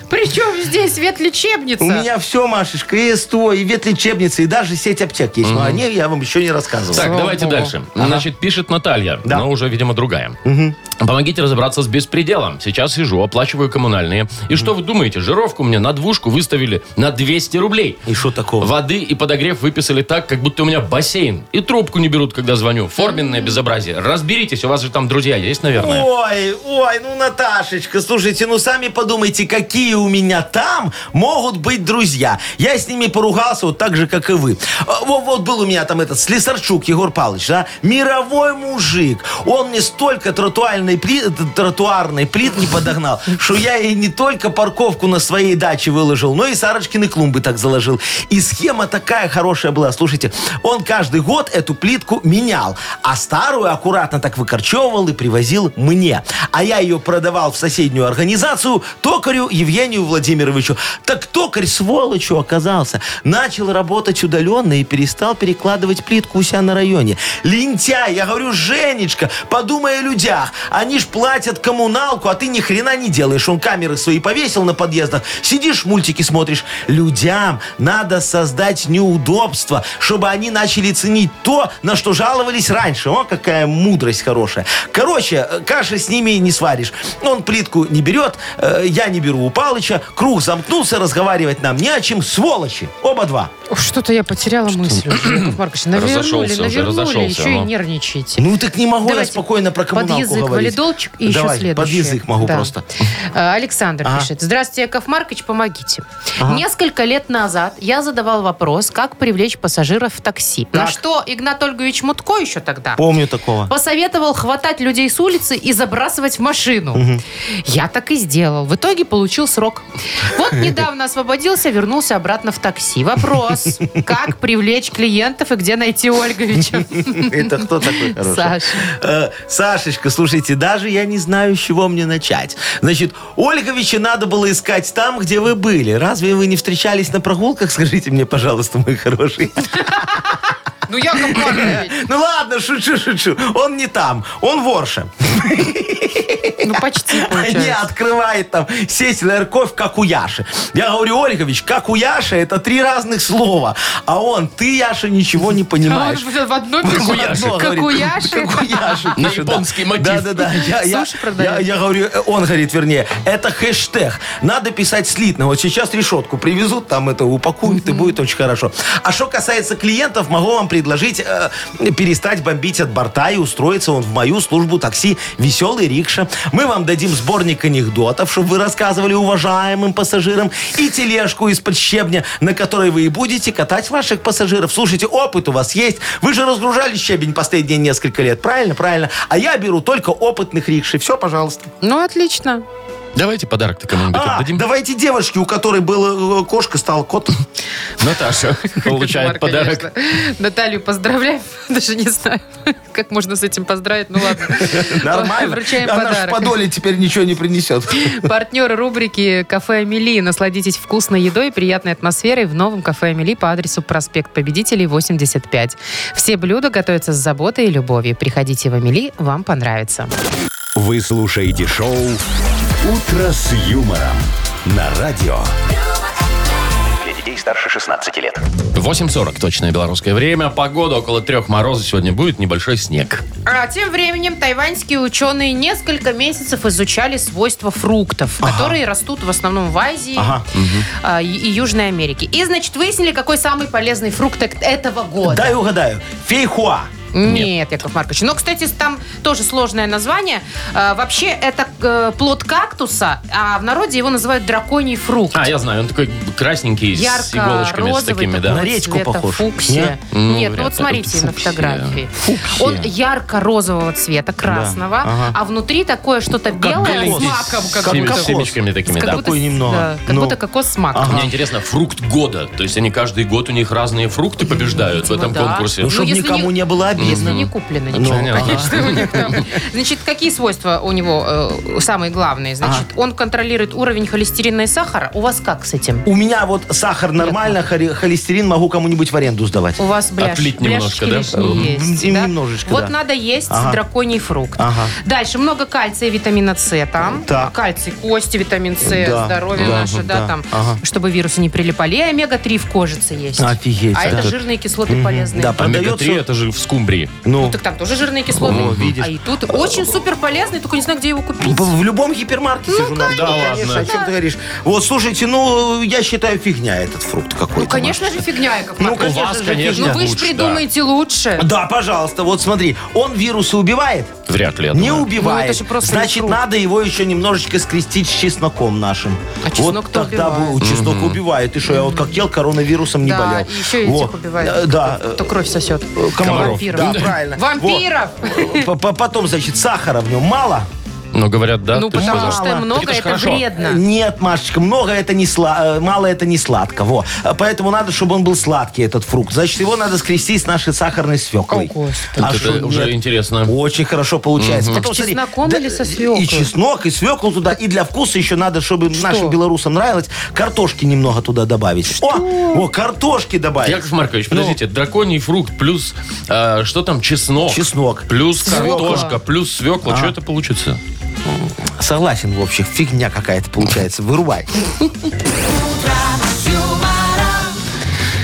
Speaker 3: Причем здесь ветлечебница?
Speaker 4: У меня все, Машечка, и СТО, и ветлечебница, и даже сеть аптек есть. Но о ней я вам еще не рассказывал.
Speaker 2: Так,
Speaker 3: Слава
Speaker 2: давайте
Speaker 3: богу.
Speaker 2: дальше. Значит, пишет Наталья,
Speaker 4: Да.
Speaker 2: но уже, видимо, другая. Помогите разобраться с беспределом. Сейчас сижу, оплачиваю коммунальные. И что вы думаете, жировку мне на двушку выставили на 200 рублей.
Speaker 4: И что такого?
Speaker 2: Воды и подогрев выписали так, как будто у меня бассейн. И трубку не берут, когда звоню. Форменное безобразие. Разберитесь, у вас же там друзья есть, наверное.
Speaker 4: Ой, ой, ну, Наташечка, слушайте, ну, сами подумайте, какие у меня там могут быть друзья. Я с ними поругался вот так же, как и вы. А, Вот, вот был у меня там этот Слесарчук Егор Павлович, да, мировой мужик. Он мне столько тротуарной, пли- тротуарной плитки подогнал, что я и не только парковку на своей даче выложил, но и Сарочкины клумбы так заложил. И схема такая хорошая была. Слушайте, он каждый год эту плитку менял, а старую аккуратно так выкорчевывал и привозил мне. А я ее продавал в соседнюю организацию токарю Евгению Владимировичу. Так токарь сволочью оказался. Начал работать удаленно и перестал перекладывать плитку у себя на районе. Лентяй, я говорю, Женечка, подумай о людях. Они ж платят коммуналку, а ты ни хрена не делаешь. Он камеры свои повесил на подъездах. Сидишь, мультики смотришь. Людям надо создать неудобства, чтобы они начали ценить то, на что жаловались раньше. О, какая мудрость хорошая. Короче, э, каши с ними не сваришь. Он плитку не берет, э, я не беру у Палыча, Петровича круг замкнулся, разговаривать нам не о чем. Сволочи. Оба два.
Speaker 3: Ой, Что-то я потеряла мысль. уже, Яков
Speaker 4: <clears throat>
Speaker 3: Маркович, навернули,
Speaker 2: Разошелся уже,
Speaker 3: навернули,
Speaker 2: разошелся,
Speaker 3: еще и
Speaker 2: ага.
Speaker 3: нервничаете.
Speaker 4: Ну так не могу я
Speaker 3: Давайте
Speaker 4: спокойно про коммуналку
Speaker 3: Под язык
Speaker 4: говорить.
Speaker 3: валидолчик и еще
Speaker 4: Давай,
Speaker 3: следующее.
Speaker 4: под язык могу
Speaker 3: Да.
Speaker 4: просто.
Speaker 3: А, Александр
Speaker 4: Ага.
Speaker 3: пишет. Здравствуйте, Яков Маркович, помогите. Несколько лет назад я задавал вопрос, как привлечь пассажиров в такси. На
Speaker 4: Так.
Speaker 3: что Игнат Ольгович Мутко еще тогда
Speaker 4: Помню такого.
Speaker 3: посоветовал хватать людей с улицы и забрасывать в машину. Я так и сделал. В итоге получил срок.
Speaker 4: <laughs>
Speaker 3: Вот недавно освободился, вернулся обратно в такси.
Speaker 4: <laughs>
Speaker 3: Вопрос, как привлечь клиентов и где найти
Speaker 4: <laughs>
Speaker 3: Ольговича?
Speaker 4: Это кто такой хороший?
Speaker 3: Саш.
Speaker 4: Э, Сашечка, слушайте, даже я не знаю, с чего мне начать. Значит, Ольговича надо было искать там, где вы были. Разве вы не встречались на прогулках? Скажите мне, пожалуйста, мой хороший.
Speaker 3: Ну, Яков Маркович,
Speaker 4: Ну ладно, шучу, шучу. Он не там, он ворша.
Speaker 3: ну
Speaker 4: <laughs>
Speaker 3: почти
Speaker 4: Не
Speaker 3: получается.
Speaker 4: открывает там сеть ларьков, как у Яши. Я говорю, Ольгович, как у Яши, это три разных слова. А он, ты, Яша, ничего не
Speaker 3: А он
Speaker 4: понимаешь.
Speaker 3: в- в одной Ну,
Speaker 4: Как у
Speaker 3: пишет.
Speaker 4: Яши,
Speaker 3: Как
Speaker 4: говорит.
Speaker 3: у Яши.
Speaker 4: Как у Яши
Speaker 2: На
Speaker 4: пишет,
Speaker 2: японский
Speaker 4: да.
Speaker 2: мотив.
Speaker 4: Да, да, да. Ну Я, я-
Speaker 3: Суши продают.
Speaker 4: я- я говорю, э, он говорит, вернее, это хэштег. Надо писать слитно. Вот сейчас решетку привезут, там это упакуют, и будет очень хорошо. А что касается клиентов, могу вам предложить э, перестать бомбить от борта и устроиться он в мою службу такси «Веселый рикша». Мы вам дадим сборник анекдотов, чтобы вы рассказывали уважаемым пассажирам, и тележку из-под щебня, на которой вы и будете катать ваших пассажиров. Слушайте, опыт у вас есть. Вы же разгружали щебень последние несколько лет. Правильно, правильно. А я беру только опытных рикши. Все, пожалуйста.
Speaker 3: Ну, отлично.
Speaker 2: Давайте подарок-то кому-нибудь
Speaker 4: А,
Speaker 2: отдадим.
Speaker 4: давайте девушке, у которой была э, кошка,
Speaker 3: <laughs>
Speaker 4: стал кот. <laughs>
Speaker 2: Наташа получает
Speaker 3: Кошмар,
Speaker 2: подарок.
Speaker 3: конечно. Наталью поздравляем. <laughs> Даже не знаю, как можно с этим поздравить. Ну ладно.
Speaker 4: Нормально.
Speaker 3: Вручаем
Speaker 4: Она же в
Speaker 3: подарок.
Speaker 4: подоле теперь ничего не принесет.
Speaker 3: Партнер рубрики «Кафе Амели». Насладитесь вкусной едой и приятной атмосферой в новом «Кафе Амели» по адресу проспект Победителей, 85. Все блюда готовятся с заботой и любовью. Приходите в Амели, вам понравится.
Speaker 1: Вы слушаете шоу «Утро с юмором» на радио.
Speaker 6: Для детей старше 16 лет.
Speaker 2: 8.40 точное белорусское время. Погода около трех мороза сегодня будет, небольшой снег.
Speaker 3: А тем временем тайваньские ученые несколько месяцев изучали свойства фруктов, которые растут в основном в Азии
Speaker 4: Ага.
Speaker 3: а, и, и Южной Америке. И, значит, выяснили, какой самый полезный фрукт эк- этого года.
Speaker 4: Дай угадаю. Фейхуа.
Speaker 3: Нет, Яков Маркович. Но, кстати, там тоже сложное название. А, вообще, это э, плод кактуса, а в народе его называют драконий фрукт.
Speaker 2: А, я знаю, он такой красненький, с иголочками, с
Speaker 3: ярко-розовый
Speaker 2: такими,
Speaker 3: такого
Speaker 2: да.
Speaker 4: На речку
Speaker 3: цвета,
Speaker 4: похож.
Speaker 3: Фуксия.
Speaker 2: Не? Ну,
Speaker 3: Нет, ну
Speaker 2: вряд
Speaker 3: вот
Speaker 2: ли.
Speaker 3: смотрите на
Speaker 2: Фуксия.
Speaker 3: фотографии.
Speaker 4: Фуксия.
Speaker 3: Он ярко-розового цвета, красного,
Speaker 4: Ага.
Speaker 3: а внутри такое что-то белое с
Speaker 2: беленький,
Speaker 3: маком.
Speaker 2: с
Speaker 3: Как
Speaker 2: семи-
Speaker 4: будто.
Speaker 2: семечками такими,
Speaker 3: как
Speaker 2: да.
Speaker 3: будто,
Speaker 4: Такой
Speaker 3: с-
Speaker 4: немного.
Speaker 3: да, как
Speaker 4: Ну.
Speaker 3: будто кокос с маком.
Speaker 4: Ага.
Speaker 2: Мне интересно, фрукт года. То есть они каждый год у них разные фрукты побеждают в
Speaker 3: Видимо,
Speaker 2: этом
Speaker 3: да.
Speaker 2: конкурсе.
Speaker 4: Ну, чтобы
Speaker 3: если
Speaker 4: никому
Speaker 3: не-
Speaker 4: не было
Speaker 3: Если
Speaker 4: обидно.
Speaker 3: не куплено
Speaker 4: Ну,
Speaker 3: ничего,
Speaker 2: понятно.
Speaker 3: конечно, у них там. Значит, какие свойства у него э, самые главные? Значит, он контролирует уровень холестерина и сахара. У вас как с этим?
Speaker 4: У меня вот сахар нормально,
Speaker 3: ну.
Speaker 4: холи- холестерин могу кому-нибудь в аренду сдавать.
Speaker 3: У вас бляш,
Speaker 2: Отлить немножко,
Speaker 3: бляшечки
Speaker 2: да?
Speaker 3: лишние
Speaker 4: М,
Speaker 3: есть,
Speaker 4: и
Speaker 3: да?
Speaker 4: немножечко,
Speaker 3: Вот
Speaker 4: да.
Speaker 3: надо есть
Speaker 4: Ага.
Speaker 3: драконий фрукт.
Speaker 4: Ага.
Speaker 3: Дальше много кальция и витамина С там.
Speaker 4: Так.
Speaker 3: Кальций, кости, витамин С,
Speaker 4: Да,
Speaker 3: здоровье
Speaker 4: да,
Speaker 3: наше, да,
Speaker 4: да,
Speaker 3: там,
Speaker 4: ага.
Speaker 3: чтобы вирусы не прилипали. И омега-3 в кожице есть.
Speaker 4: Офигеть,
Speaker 3: А
Speaker 4: да.
Speaker 3: это жирные кислоты полезные.
Speaker 4: Да,
Speaker 2: Омега-3
Speaker 4: продается-
Speaker 2: А это же в скумбрии.
Speaker 4: Ну,
Speaker 3: Так там тоже жирные кислоты.
Speaker 4: О, видишь. Ну,
Speaker 3: А и тут очень супер полезный, только не знаю, где его купить.
Speaker 4: в в любом гипермаркете же надо.
Speaker 2: Да ладно.
Speaker 4: Ну, О чем ты говоришь? Вот, слушайте, ну, я считаю, фигня этот фрукт какой-то.
Speaker 3: Ну, конечно же, фигня, Яков
Speaker 4: Ну,
Speaker 3: Маркович.
Speaker 4: конечно
Speaker 2: У вас,
Speaker 4: же,
Speaker 2: конечно,
Speaker 3: Ну,
Speaker 4: фигня.
Speaker 3: вы же
Speaker 2: лучше,
Speaker 3: придумаете лучше.
Speaker 4: Да, пожалуйста, вот смотри, он вирусы убивает?
Speaker 2: Вряд ли, я
Speaker 4: Не
Speaker 2: думаю.
Speaker 4: убивает.
Speaker 3: Ну, это же просто
Speaker 4: Значит,
Speaker 3: фрукт.
Speaker 4: надо его еще немножечко скрестить с чесноком нашим.
Speaker 3: А чеснок-то
Speaker 4: вот тогда
Speaker 3: убивает.
Speaker 4: бы- чеснок убивает. И что, я вот как ел, коронавирусом не
Speaker 3: да,
Speaker 4: болел.
Speaker 3: и еще этих
Speaker 4: Во. Э,
Speaker 3: убивает.
Speaker 4: Да.
Speaker 3: Кто, кто кровь сосет.
Speaker 4: э, Комаров.
Speaker 3: Вампиров.
Speaker 4: Да, правильно.
Speaker 3: Вампиров!
Speaker 4: Во. П- п- э, Потом, значит, сахара в нем мало.
Speaker 2: Ну, говорят, да.
Speaker 3: ну,
Speaker 2: ты ж
Speaker 3: потому
Speaker 2: сказал.
Speaker 3: что
Speaker 4: сказала.
Speaker 3: много
Speaker 2: Так это ж
Speaker 3: это,
Speaker 2: хорошо.
Speaker 3: вредно.
Speaker 4: Нет, Машечка, много это не сла... э, мало это не сладко. Во. А Поэтому надо, чтобы он был сладкий, этот фрукт. Значит, его надо скрестить с нашей сахарной свеклой.
Speaker 3: О, Господи.
Speaker 4: А
Speaker 2: Вот
Speaker 4: что
Speaker 2: это уже
Speaker 4: нет?
Speaker 2: интересно.
Speaker 4: Очень хорошо получается.
Speaker 3: Так
Speaker 4: Потом,
Speaker 3: с
Speaker 4: смотри,
Speaker 3: чесноком или со свеклой?
Speaker 4: И чеснок, и свеклу туда, и для вкуса еще надо, чтобы нашим белорусам нравилось, картошки немного туда добавить. О, о, картошки добавить.
Speaker 2: Яков
Speaker 3: Ну.
Speaker 2: Маркович, подождите, драконий фрукт плюс э, что там, чеснок?
Speaker 4: Чеснок.
Speaker 2: Плюс
Speaker 3: Свекла.
Speaker 2: картошка, плюс свекла.
Speaker 3: А.
Speaker 2: Что это получится?
Speaker 4: Согласен, в общем, фигня какая-то получается. Вырубай.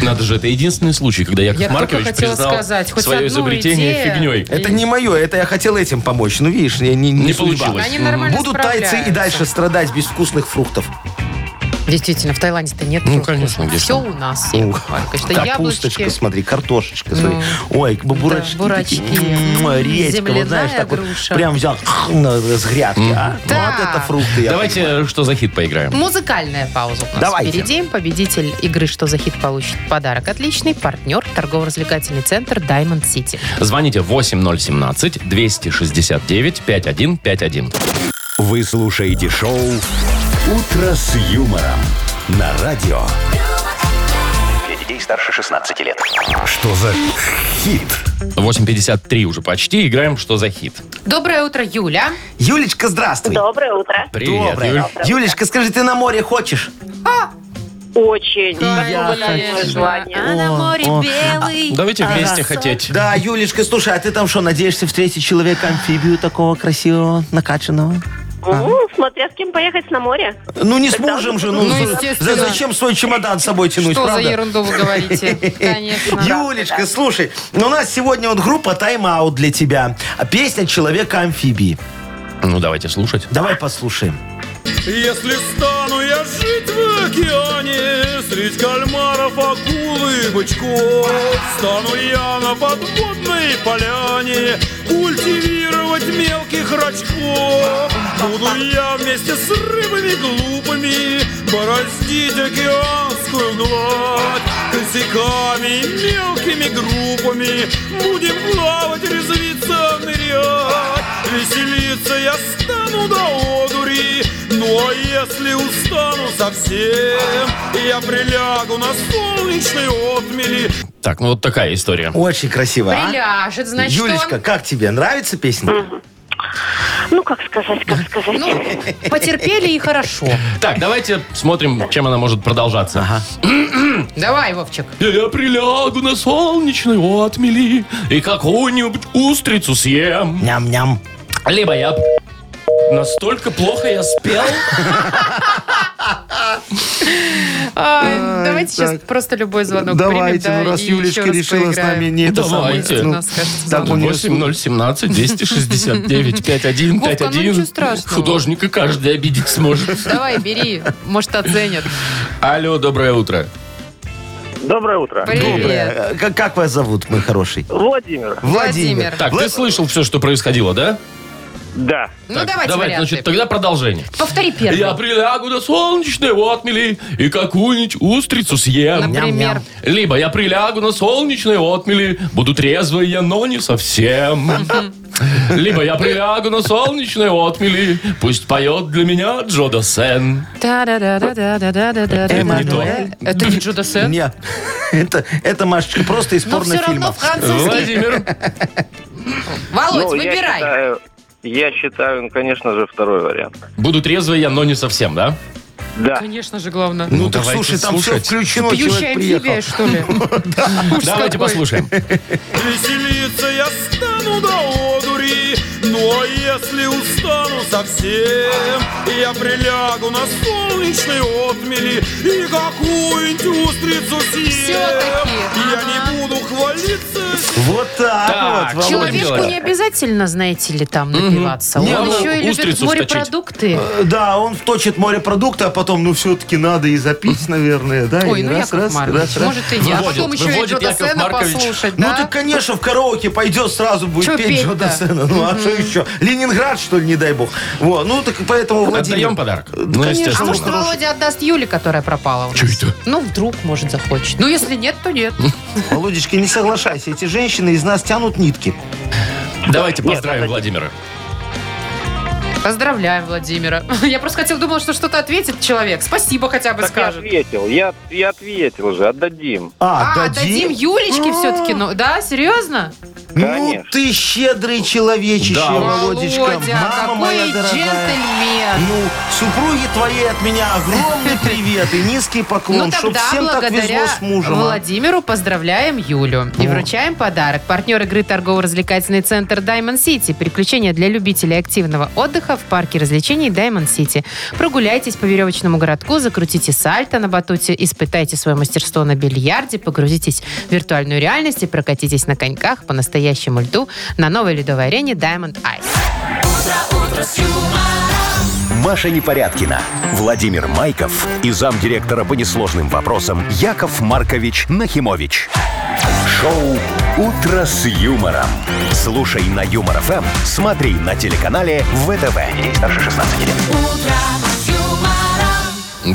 Speaker 2: Надо же, это единственный случай, когда Яков
Speaker 3: Я только
Speaker 2: Маркович
Speaker 3: хотела
Speaker 2: признал
Speaker 3: сказать, хоть
Speaker 2: свое
Speaker 3: одну
Speaker 2: изобретение
Speaker 3: идею.
Speaker 2: фигней.
Speaker 4: Это не мое, это я хотел этим помочь. Ну, видишь, я не, не
Speaker 2: Не
Speaker 4: судьба.
Speaker 2: получилось.
Speaker 3: Они нормально
Speaker 4: Будут тайцы и
Speaker 3: справляются.
Speaker 4: дальше страдать без вкусных фруктов.
Speaker 3: Действительно, в Таиланде-то нет.
Speaker 2: Ну,
Speaker 3: фруктов.
Speaker 2: конечно, где ж
Speaker 3: Все
Speaker 2: там.
Speaker 3: у нас,
Speaker 4: Ну,
Speaker 3: Яков Маркович. Это
Speaker 4: Капусточка,
Speaker 3: яблочки. Ну.
Speaker 4: смотри, картошечка, смотри. Ой, бурачки,
Speaker 3: да, бурачки. М-м,
Speaker 4: такие, м, редька,
Speaker 3: Земляная
Speaker 4: вот знаешь, так
Speaker 3: груша.
Speaker 4: вот прям взял на- с грядки, а?
Speaker 3: Так.
Speaker 4: Вот это фрукты. я
Speaker 2: Давайте э, что за хит поиграем.
Speaker 3: Музыкальная пауза у нас
Speaker 4: Давайте.
Speaker 3: впереди. Победитель игры «Что за хит» получит подарок. Отличный партнер, торгово-развлекательный центр Diamond City.
Speaker 2: Звоните 8017-269-5151.
Speaker 1: Вы слушаете шоу «Утро с юмором» на радио.
Speaker 6: Для детей старше 16 лет.
Speaker 1: А Что за хит?
Speaker 2: 8.53 уже почти. Играем «Что за хит».
Speaker 3: Доброе утро, Юля.
Speaker 4: Юлечка, здравствуй.
Speaker 5: Доброе утро.
Speaker 2: Привет,
Speaker 4: Доброе.
Speaker 2: Юль.
Speaker 4: Юлечка, скажи, ты на море хочешь?
Speaker 5: Очень.
Speaker 4: я
Speaker 5: большое
Speaker 3: хочу.
Speaker 5: желание.
Speaker 3: А на море белый.
Speaker 2: Давайте вместе хотеть.
Speaker 4: Да, Юлечка, слушай, а ты там что, надеешься встретить человека-амфибию такого красивого, накачанного?
Speaker 3: А.
Speaker 5: Ну, смотря с кем поехать на море.
Speaker 4: Ну, не с
Speaker 5: Тогда
Speaker 4: мужем
Speaker 5: вот
Speaker 4: же.
Speaker 5: это
Speaker 4: Ну,
Speaker 3: Ну,
Speaker 4: за-
Speaker 3: естественно.
Speaker 4: зачем свой чемодан с собой тянуть,
Speaker 3: Что за
Speaker 4: Ну, правда?
Speaker 3: ерунду вы говорите? Конечно.
Speaker 4: Юлечка, слушай, ну, у нас сегодня вот группа «Тайм-аут» для тебя. А Песня «Человека-амфибии».
Speaker 2: Ну, давайте слушать.
Speaker 4: Давай послушаем.
Speaker 8: Если стану я жить в океане Средь кальмаров, акул и бычков Стану я на подводной поляне Культивировать мелких рачков Буду я вместе с рыбами глупыми Бороздить океанскую гладь Косяками и мелкими группами Будем плавать, резвиться, нырять Веселиться я стану до одури Ну а если устану совсем Я прилягу на солнечной отмели
Speaker 2: Так, ну вот такая история.
Speaker 4: Очень красиво, а?
Speaker 3: Приляжет, значит,
Speaker 4: Юлечка,
Speaker 3: он.
Speaker 4: как тебе? Нравится песня?
Speaker 5: Ну, как сказать, как сказать.
Speaker 3: Ну, потерпели и хорошо.
Speaker 2: Так, давайте смотрим, чем она может продолжаться.
Speaker 3: Давай, Вовчик.
Speaker 2: Я прилягу на солнечной отмели и какую-нибудь устрицу съем.
Speaker 4: Ням-ням.
Speaker 2: Либо я... Настолько плохо я <laughs> спел.
Speaker 3: А, давайте сейчас просто любой звонок
Speaker 9: Давайте,
Speaker 3: примем,
Speaker 9: ну, раз
Speaker 3: и
Speaker 9: Юлечка
Speaker 3: еще раз
Speaker 9: решила с
Speaker 3: поиграем.
Speaker 9: нами не это самое.
Speaker 2: Давайте.
Speaker 9: ну,
Speaker 3: Нас, кажется,
Speaker 9: так у нее
Speaker 2: 8017 269 5151
Speaker 3: Вовка, ну ничего страшного.
Speaker 2: Художника каждый обидеть сможет.
Speaker 3: Давай, бери, может, оценят.
Speaker 2: <laughs> Алло, доброе утро.
Speaker 7: Доброе утро.
Speaker 3: Привет.
Speaker 4: Э, Как, как вас зовут, мой хороший?
Speaker 7: Владимир.
Speaker 3: Владимир.
Speaker 2: Так, ты слышал все, что происходило, да?
Speaker 7: Да.
Speaker 3: Ну,
Speaker 2: Так,
Speaker 3: давайте
Speaker 2: Давай,
Speaker 3: варианты.
Speaker 2: значит, тогда продолжение.
Speaker 3: Повтори
Speaker 2: Я
Speaker 3: первый.
Speaker 2: прилягу на солнечной отмели и какую-нибудь устрицу съем.
Speaker 3: Например.
Speaker 2: Либо я прилягу на солнечной отмели, буду трезвый я, но не совсем. Либо я прилягу на солнечной отмели, пусть поет для меня Джода Сен.
Speaker 3: Это
Speaker 4: не то.
Speaker 3: Это не Джуда Сен?
Speaker 4: Нет, <laughs> это, это, Машечка, просто из
Speaker 3: Но все равно
Speaker 4: порнофильма.
Speaker 3: французский.
Speaker 2: Владимир.
Speaker 3: Володь,
Speaker 7: Ну, я
Speaker 3: выбирай.
Speaker 7: считаю- Я считаю, ну, конечно же, второй вариант.
Speaker 2: Буду трезвый я, но не совсем, да?
Speaker 7: Да.
Speaker 3: Конечно же, главное.
Speaker 4: Ну, так
Speaker 2: давайте
Speaker 4: слушай, там
Speaker 2: слушать.
Speaker 4: все включено,
Speaker 3: Пьющая
Speaker 4: человек
Speaker 3: амфибия,
Speaker 4: приехал.
Speaker 3: что ли?
Speaker 2: Давайте
Speaker 3: какой.
Speaker 2: послушаем.
Speaker 8: Веселиться я стану до одури Ну а если устану совсем Я прилягу на солнечной отмели И какую-нибудь устрицу съем
Speaker 3: Всё-таки.
Speaker 8: Я не буду хвалиться
Speaker 4: Вот так,
Speaker 2: Так,
Speaker 4: вот, Володя.
Speaker 2: Человек-
Speaker 3: Человечку
Speaker 2: Володя.
Speaker 3: не обязательно, знаете ли, там напиваться. Он
Speaker 2: Не, ну,
Speaker 3: еще и любит
Speaker 2: устрицу
Speaker 3: морепродукты.
Speaker 4: Э,
Speaker 3: Ой,
Speaker 4: Да, он вточит морепродукты, а потом, ну, все-таки надо и запить, наверное, да? и
Speaker 3: ну
Speaker 4: раз,
Speaker 3: Яков
Speaker 4: раз,
Speaker 3: Маркович,
Speaker 4: раз, раз.
Speaker 3: может и нет. А
Speaker 2: Выводит,
Speaker 3: потом еще и
Speaker 2: выводит
Speaker 3: Джуда
Speaker 2: Яков
Speaker 3: Сена
Speaker 2: Маркович.
Speaker 3: послушать,
Speaker 4: Ну,
Speaker 3: да?
Speaker 4: ты, конечно, в караоке пойдет, сразу будет
Speaker 3: Чё
Speaker 4: петь
Speaker 3: петь-то?
Speaker 4: Джода Сена. <laughs> Ну, а что еще? Ленинград, что ли, не дай бог. Вот, ну, так поэтому, Владимир...
Speaker 2: Отдаем подарок.
Speaker 4: Да,
Speaker 2: Ну,
Speaker 4: конечно.
Speaker 3: А
Speaker 2: естественно.
Speaker 3: может, Володя отдаст Юле, которая пропала у нас?
Speaker 2: Чё это?
Speaker 3: Ну, вдруг, может, захочет. Ну, если нет, то нет.
Speaker 4: <laughs> Володечка, не соглашайся, эти женщины из нас тянут нитки.
Speaker 2: Давайте поздравим Владимира.
Speaker 3: Поздравляем Владимира. <laughs> Я просто хотел, думал, что что-то ответит человек. Спасибо хотя бы
Speaker 7: Так я
Speaker 3: скажет.
Speaker 7: ответил, я, я ответил же, отдадим.
Speaker 4: А,
Speaker 3: А, дадим Юлечке все-таки? Ну, да, серьезно?
Speaker 4: Ну,
Speaker 7: Конечно.
Speaker 4: ты щедрый человечище,
Speaker 2: Да уж.
Speaker 4: Володечка.
Speaker 3: Володя,
Speaker 4: Мама моя
Speaker 3: какой
Speaker 4: дорогая.
Speaker 3: джентльмен.
Speaker 4: Ну, супруги твоей от меня огромный
Speaker 3: <laughs>
Speaker 4: привет и низкий
Speaker 3: Ну
Speaker 4: поклон, чтоб
Speaker 3: тогда
Speaker 4: всем так
Speaker 3: благодаря
Speaker 4: везло с мужем. а.
Speaker 3: Владимиру поздравляем Юлю и вручаем подарок. Партнер игры торгово-развлекательный центр Diamond City. Приключения для любителей активного отдыха в парке развлечений Diamond City. Прогуляйтесь по веревочному городку, закрутите сальто на батуте, испытайте свое мастерство на бильярде, погрузитесь в виртуальную реальность и прокатитесь на коньках по настоящему льду на новой ледовой арене Diamond Ice.
Speaker 1: Маша Непорядкина, Владимир Майков и замдиректора по несложным вопросам Яков Маркович Нахимович. Шоу «Утро с юмором». Слушай на Юмор ФМ, смотри на телеканале ВТВ. Ей старше 16 лет.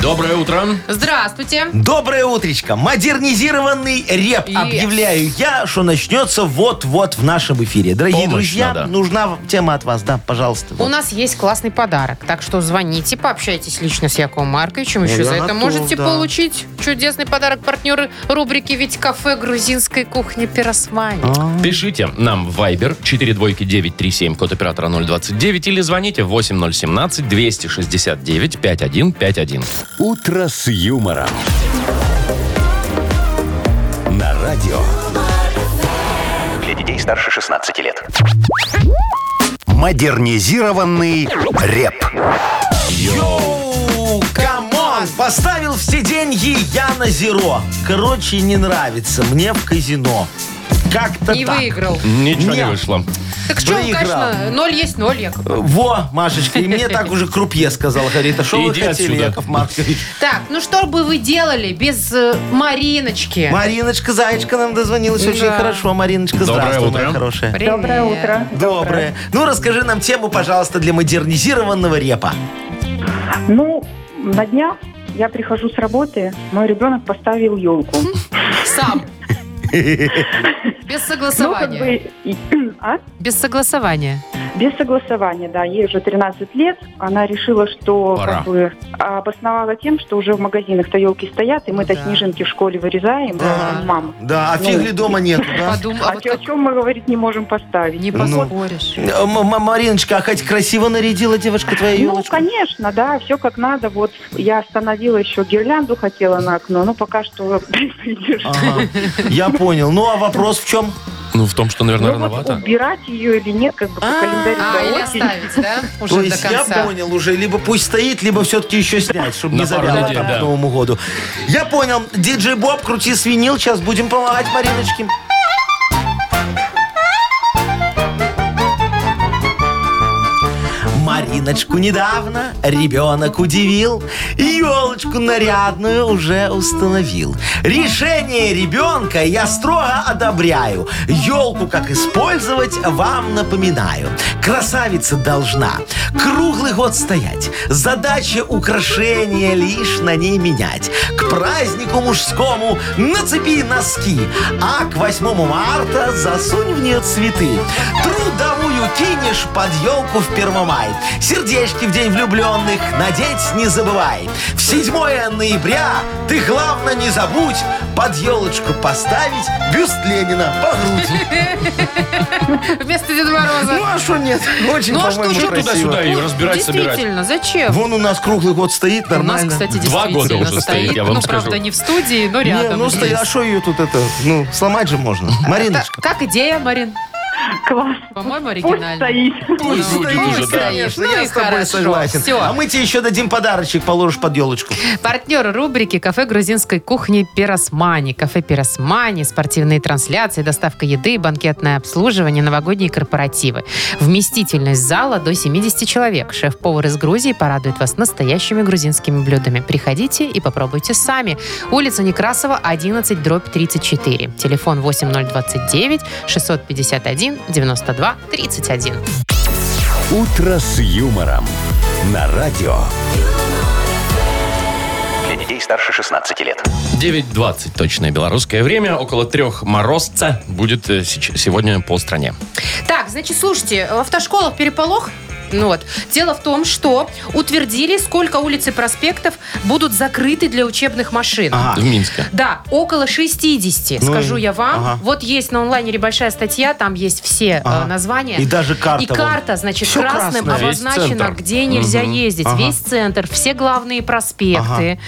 Speaker 2: Доброе утро.
Speaker 3: Здравствуйте.
Speaker 4: Доброе утречко. Модернизированный реп.
Speaker 3: Yes.
Speaker 4: Объявляю я, что начнется вот-вот в нашем эфире. Дорогие
Speaker 2: Помощь
Speaker 4: друзья,
Speaker 2: надо.
Speaker 4: нужна тема от вас. Да, пожалуйста.
Speaker 3: У нас есть классный подарок, так что звоните, пообщайтесь лично с Яковом Марковичем. Еще
Speaker 4: Ну, Я
Speaker 3: за это
Speaker 4: готов,
Speaker 3: можете
Speaker 4: да.
Speaker 3: получить чудесный подарок партнеры рубрики «Ведь кафе грузинской кухни Пиросмани».
Speaker 4: А,
Speaker 2: Пишите нам в Viber 42937, код оператора 029, или звоните 8017-269-5151.
Speaker 1: «Утро с юмором». На радио
Speaker 6: Для детей старше 16 лет.
Speaker 1: «Модернизированный реп».
Speaker 4: Йоу, камон! Поставил все деньги я на зеро. Короче, не нравится мне в казино. Как-то
Speaker 3: Не
Speaker 4: так.
Speaker 3: выиграл.
Speaker 2: Ничего не
Speaker 4: Нет.
Speaker 2: вышло.
Speaker 3: Так что,
Speaker 4: Проиграл.
Speaker 3: конечно, ноль есть ноль, Яков.
Speaker 4: Во, Машечка, и мне так уже крупье сказал. Говорит, а что вы
Speaker 2: Иди
Speaker 4: хотели,
Speaker 2: отсюда.
Speaker 4: Яков
Speaker 2: <laughs>
Speaker 4: Маркович?
Speaker 3: Так, ну что бы вы делали без э, Мариночки?
Speaker 4: Мариночка, Зайчка нам дозвонилась. Очень
Speaker 3: Да.
Speaker 4: хорошо, Мариночка.
Speaker 2: Доброе
Speaker 4: Здравствуй,
Speaker 2: утро.
Speaker 4: моя хорошая.
Speaker 3: Привет.
Speaker 9: Доброе утро.
Speaker 4: Доброе. Ну, расскажи нам тему, пожалуйста, для модернизированного
Speaker 2: <laughs>
Speaker 4: репа.
Speaker 9: Ну, на днях я прихожу с работы, мой ребенок поставил Ну, елку.
Speaker 3: Ну, Сам. Без
Speaker 9: Ну, как
Speaker 3: согласования.
Speaker 9: бы, и- <clears throat> а?
Speaker 3: Без согласования.
Speaker 9: Без согласования, да. Ей уже 13 лет. Она решила, что
Speaker 2: Пора.
Speaker 9: как бы обосновала тем, что уже в магазинах-то елки стоят, и мы-то
Speaker 3: Да.
Speaker 9: снежинки в школе вырезаем.
Speaker 4: Да.
Speaker 9: Мам,
Speaker 4: Да, а
Speaker 9: Ну.
Speaker 4: фиг ли дома нет, да?
Speaker 3: Подумал,
Speaker 9: а,
Speaker 3: а вот
Speaker 9: чё- о
Speaker 3: как-
Speaker 9: чем мы, говорит, не можем поставить?
Speaker 4: Ну.
Speaker 3: не поспоришь.
Speaker 4: М- м- Мариночка, а хоть красиво нарядила девушка твоя
Speaker 9: Ну,
Speaker 4: елочку?
Speaker 9: конечно, да, все как надо. Вот я остановила еще гирлянду, хотела на окно, но пока что <laughs>
Speaker 4: Ага, я понял. Ну, а вопрос в чем?
Speaker 2: Ну, в том, что, наверное,
Speaker 9: Ну, вот
Speaker 2: рановато.
Speaker 9: убирать ее или нет, как бы по
Speaker 4: А,
Speaker 9: календарю.
Speaker 3: А,
Speaker 9: да,
Speaker 3: или
Speaker 9: очень.
Speaker 3: оставить, да?
Speaker 4: То
Speaker 3: Уже до
Speaker 4: есть я
Speaker 3: конца.
Speaker 4: понял уже, либо пусть стоит, либо все-таки еще снять, чтобы
Speaker 2: На
Speaker 4: не
Speaker 2: пару
Speaker 4: завяло
Speaker 2: недель,
Speaker 4: там
Speaker 2: да.
Speaker 4: к Новому году. Я понял. Диджей Боб, крути свинил. Сейчас будем помогать Мариночке. Мариночку недавно ребенок удивил, елочку нарядную уже установил. Решение ребенка я строго одобряю. Елку как использовать, вам напоминаю. Красавица должна круглый год стоять. Задача украшения лишь на ней менять. К празднику мужскому нацепи носки, а к 8 марта засунь в нее цветы. Трудовую кинешь под елку в Первомай. Сердечки в день влюбленных надеть не забывай. В 7 ноября ты, главное, не забудь под елочку поставить бюст Ленина
Speaker 3: <laughs>
Speaker 4: по груди.
Speaker 3: Вместо Деда Мороза.
Speaker 4: Ну а что нет? Очень,
Speaker 3: Ну, а
Speaker 4: по-моему,
Speaker 3: что
Speaker 2: Что
Speaker 4: красиво.
Speaker 2: туда-сюда ее
Speaker 3: Ну,
Speaker 2: разбирать, собирать?
Speaker 3: Действительно, зачем?
Speaker 4: Вон у нас круглый год стоит,
Speaker 3: У
Speaker 4: нормально.
Speaker 3: нас, кстати,
Speaker 2: Два
Speaker 3: действительно
Speaker 2: года уже стоит, я вам
Speaker 3: ну,
Speaker 2: скажу.
Speaker 3: правда, не в студии, но рядом.
Speaker 4: Не, ну
Speaker 3: есть.
Speaker 4: стоя, а что ее тут это? Ну, сломать
Speaker 3: <laughs>
Speaker 4: же можно.
Speaker 3: Та-
Speaker 4: Мариночка.
Speaker 3: Как идея, Марин?
Speaker 9: <laughs> Класс.
Speaker 3: По-моему,
Speaker 9: Пусть
Speaker 3: оригинально.
Speaker 9: стоит.
Speaker 3: <laughs>
Speaker 2: Пусть
Speaker 3: Ну,
Speaker 2: будет
Speaker 3: пусть
Speaker 2: уже, да.
Speaker 3: стоит. Ну и
Speaker 4: я с тобой
Speaker 3: хорошо.
Speaker 4: согласен.
Speaker 3: Всё.
Speaker 4: А мы тебе еще дадим подарочек, положишь под елочку.
Speaker 3: Партнер рубрики «Кафе грузинской кухни Пиросмани». Кафе Пиросмани, спортивные трансляции, доставка еды, банкетное обслуживание, новогодние корпоративы. Вместительность зала до 70 человек. Шеф-повар из Грузии порадует вас настоящими грузинскими блюдами. Приходите и попробуйте сами. Улица Некрасова, 11, дробь 34. Телефон 8029 651 92 31.
Speaker 1: «Утро с юмором» на радио.
Speaker 6: Для детей старше 16 лет.
Speaker 2: 9.20 точное белорусское время. Около трех морозца будет э, сеч- сегодня по стране.
Speaker 3: Так, значит, слушайте, в автошколах переполох. Ну вот. Дело в том, что утвердили, сколько улиц и проспектов будут закрыты для учебных машин.
Speaker 4: Ага.
Speaker 2: В Минске.
Speaker 3: Да, около 60,
Speaker 4: Ну
Speaker 3: скажу
Speaker 4: и-
Speaker 3: я вам.
Speaker 4: ага.
Speaker 3: Вот есть на онлайнере большая статья, там есть все э,
Speaker 4: Ага.
Speaker 3: названия.
Speaker 4: И даже карта.
Speaker 3: И
Speaker 4: вон.
Speaker 3: карта, значит,
Speaker 4: Всё
Speaker 3: красным
Speaker 4: красное.
Speaker 2: Весь
Speaker 3: обозначено,
Speaker 2: центр.
Speaker 3: где нельзя ездить.
Speaker 4: Ага.
Speaker 3: Весь центр, все главные проспекты.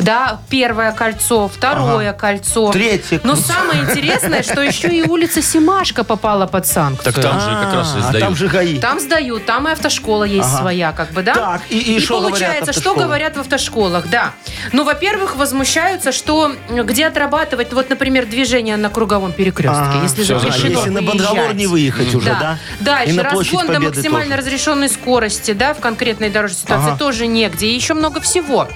Speaker 3: Да, первое кольцо, второе кольцо.
Speaker 4: Третье.
Speaker 3: Но самое интересное, что еще и улица Симашка попала под санкцию.
Speaker 2: Так там же как раз и
Speaker 4: А,
Speaker 2: сдают.
Speaker 4: там же ГАИ.
Speaker 3: Там сдают, там и автошкола есть
Speaker 4: Ага.
Speaker 3: своя, как бы, да?
Speaker 4: Так, и- и шо говорят
Speaker 3: получается, что
Speaker 4: автошколы?
Speaker 3: говорят в автошколах, да. Ну, во-первых, возмущаются, что м, где отрабатывать, вот, например, движение на круговом перекрестке,
Speaker 4: Ага.
Speaker 3: если
Speaker 2: Всё,
Speaker 3: запрещено
Speaker 2: решено
Speaker 4: Если на Бангалор
Speaker 3: выезжать.
Speaker 4: не выехать уже, да? И
Speaker 3: Дальше
Speaker 4: на площадь
Speaker 3: разгон до
Speaker 4: Победы
Speaker 3: максимально
Speaker 4: тоже.
Speaker 3: разрешенной скорости, да, в конкретной дорожной ситуации
Speaker 4: Ага.
Speaker 3: тоже негде. И еще много всего.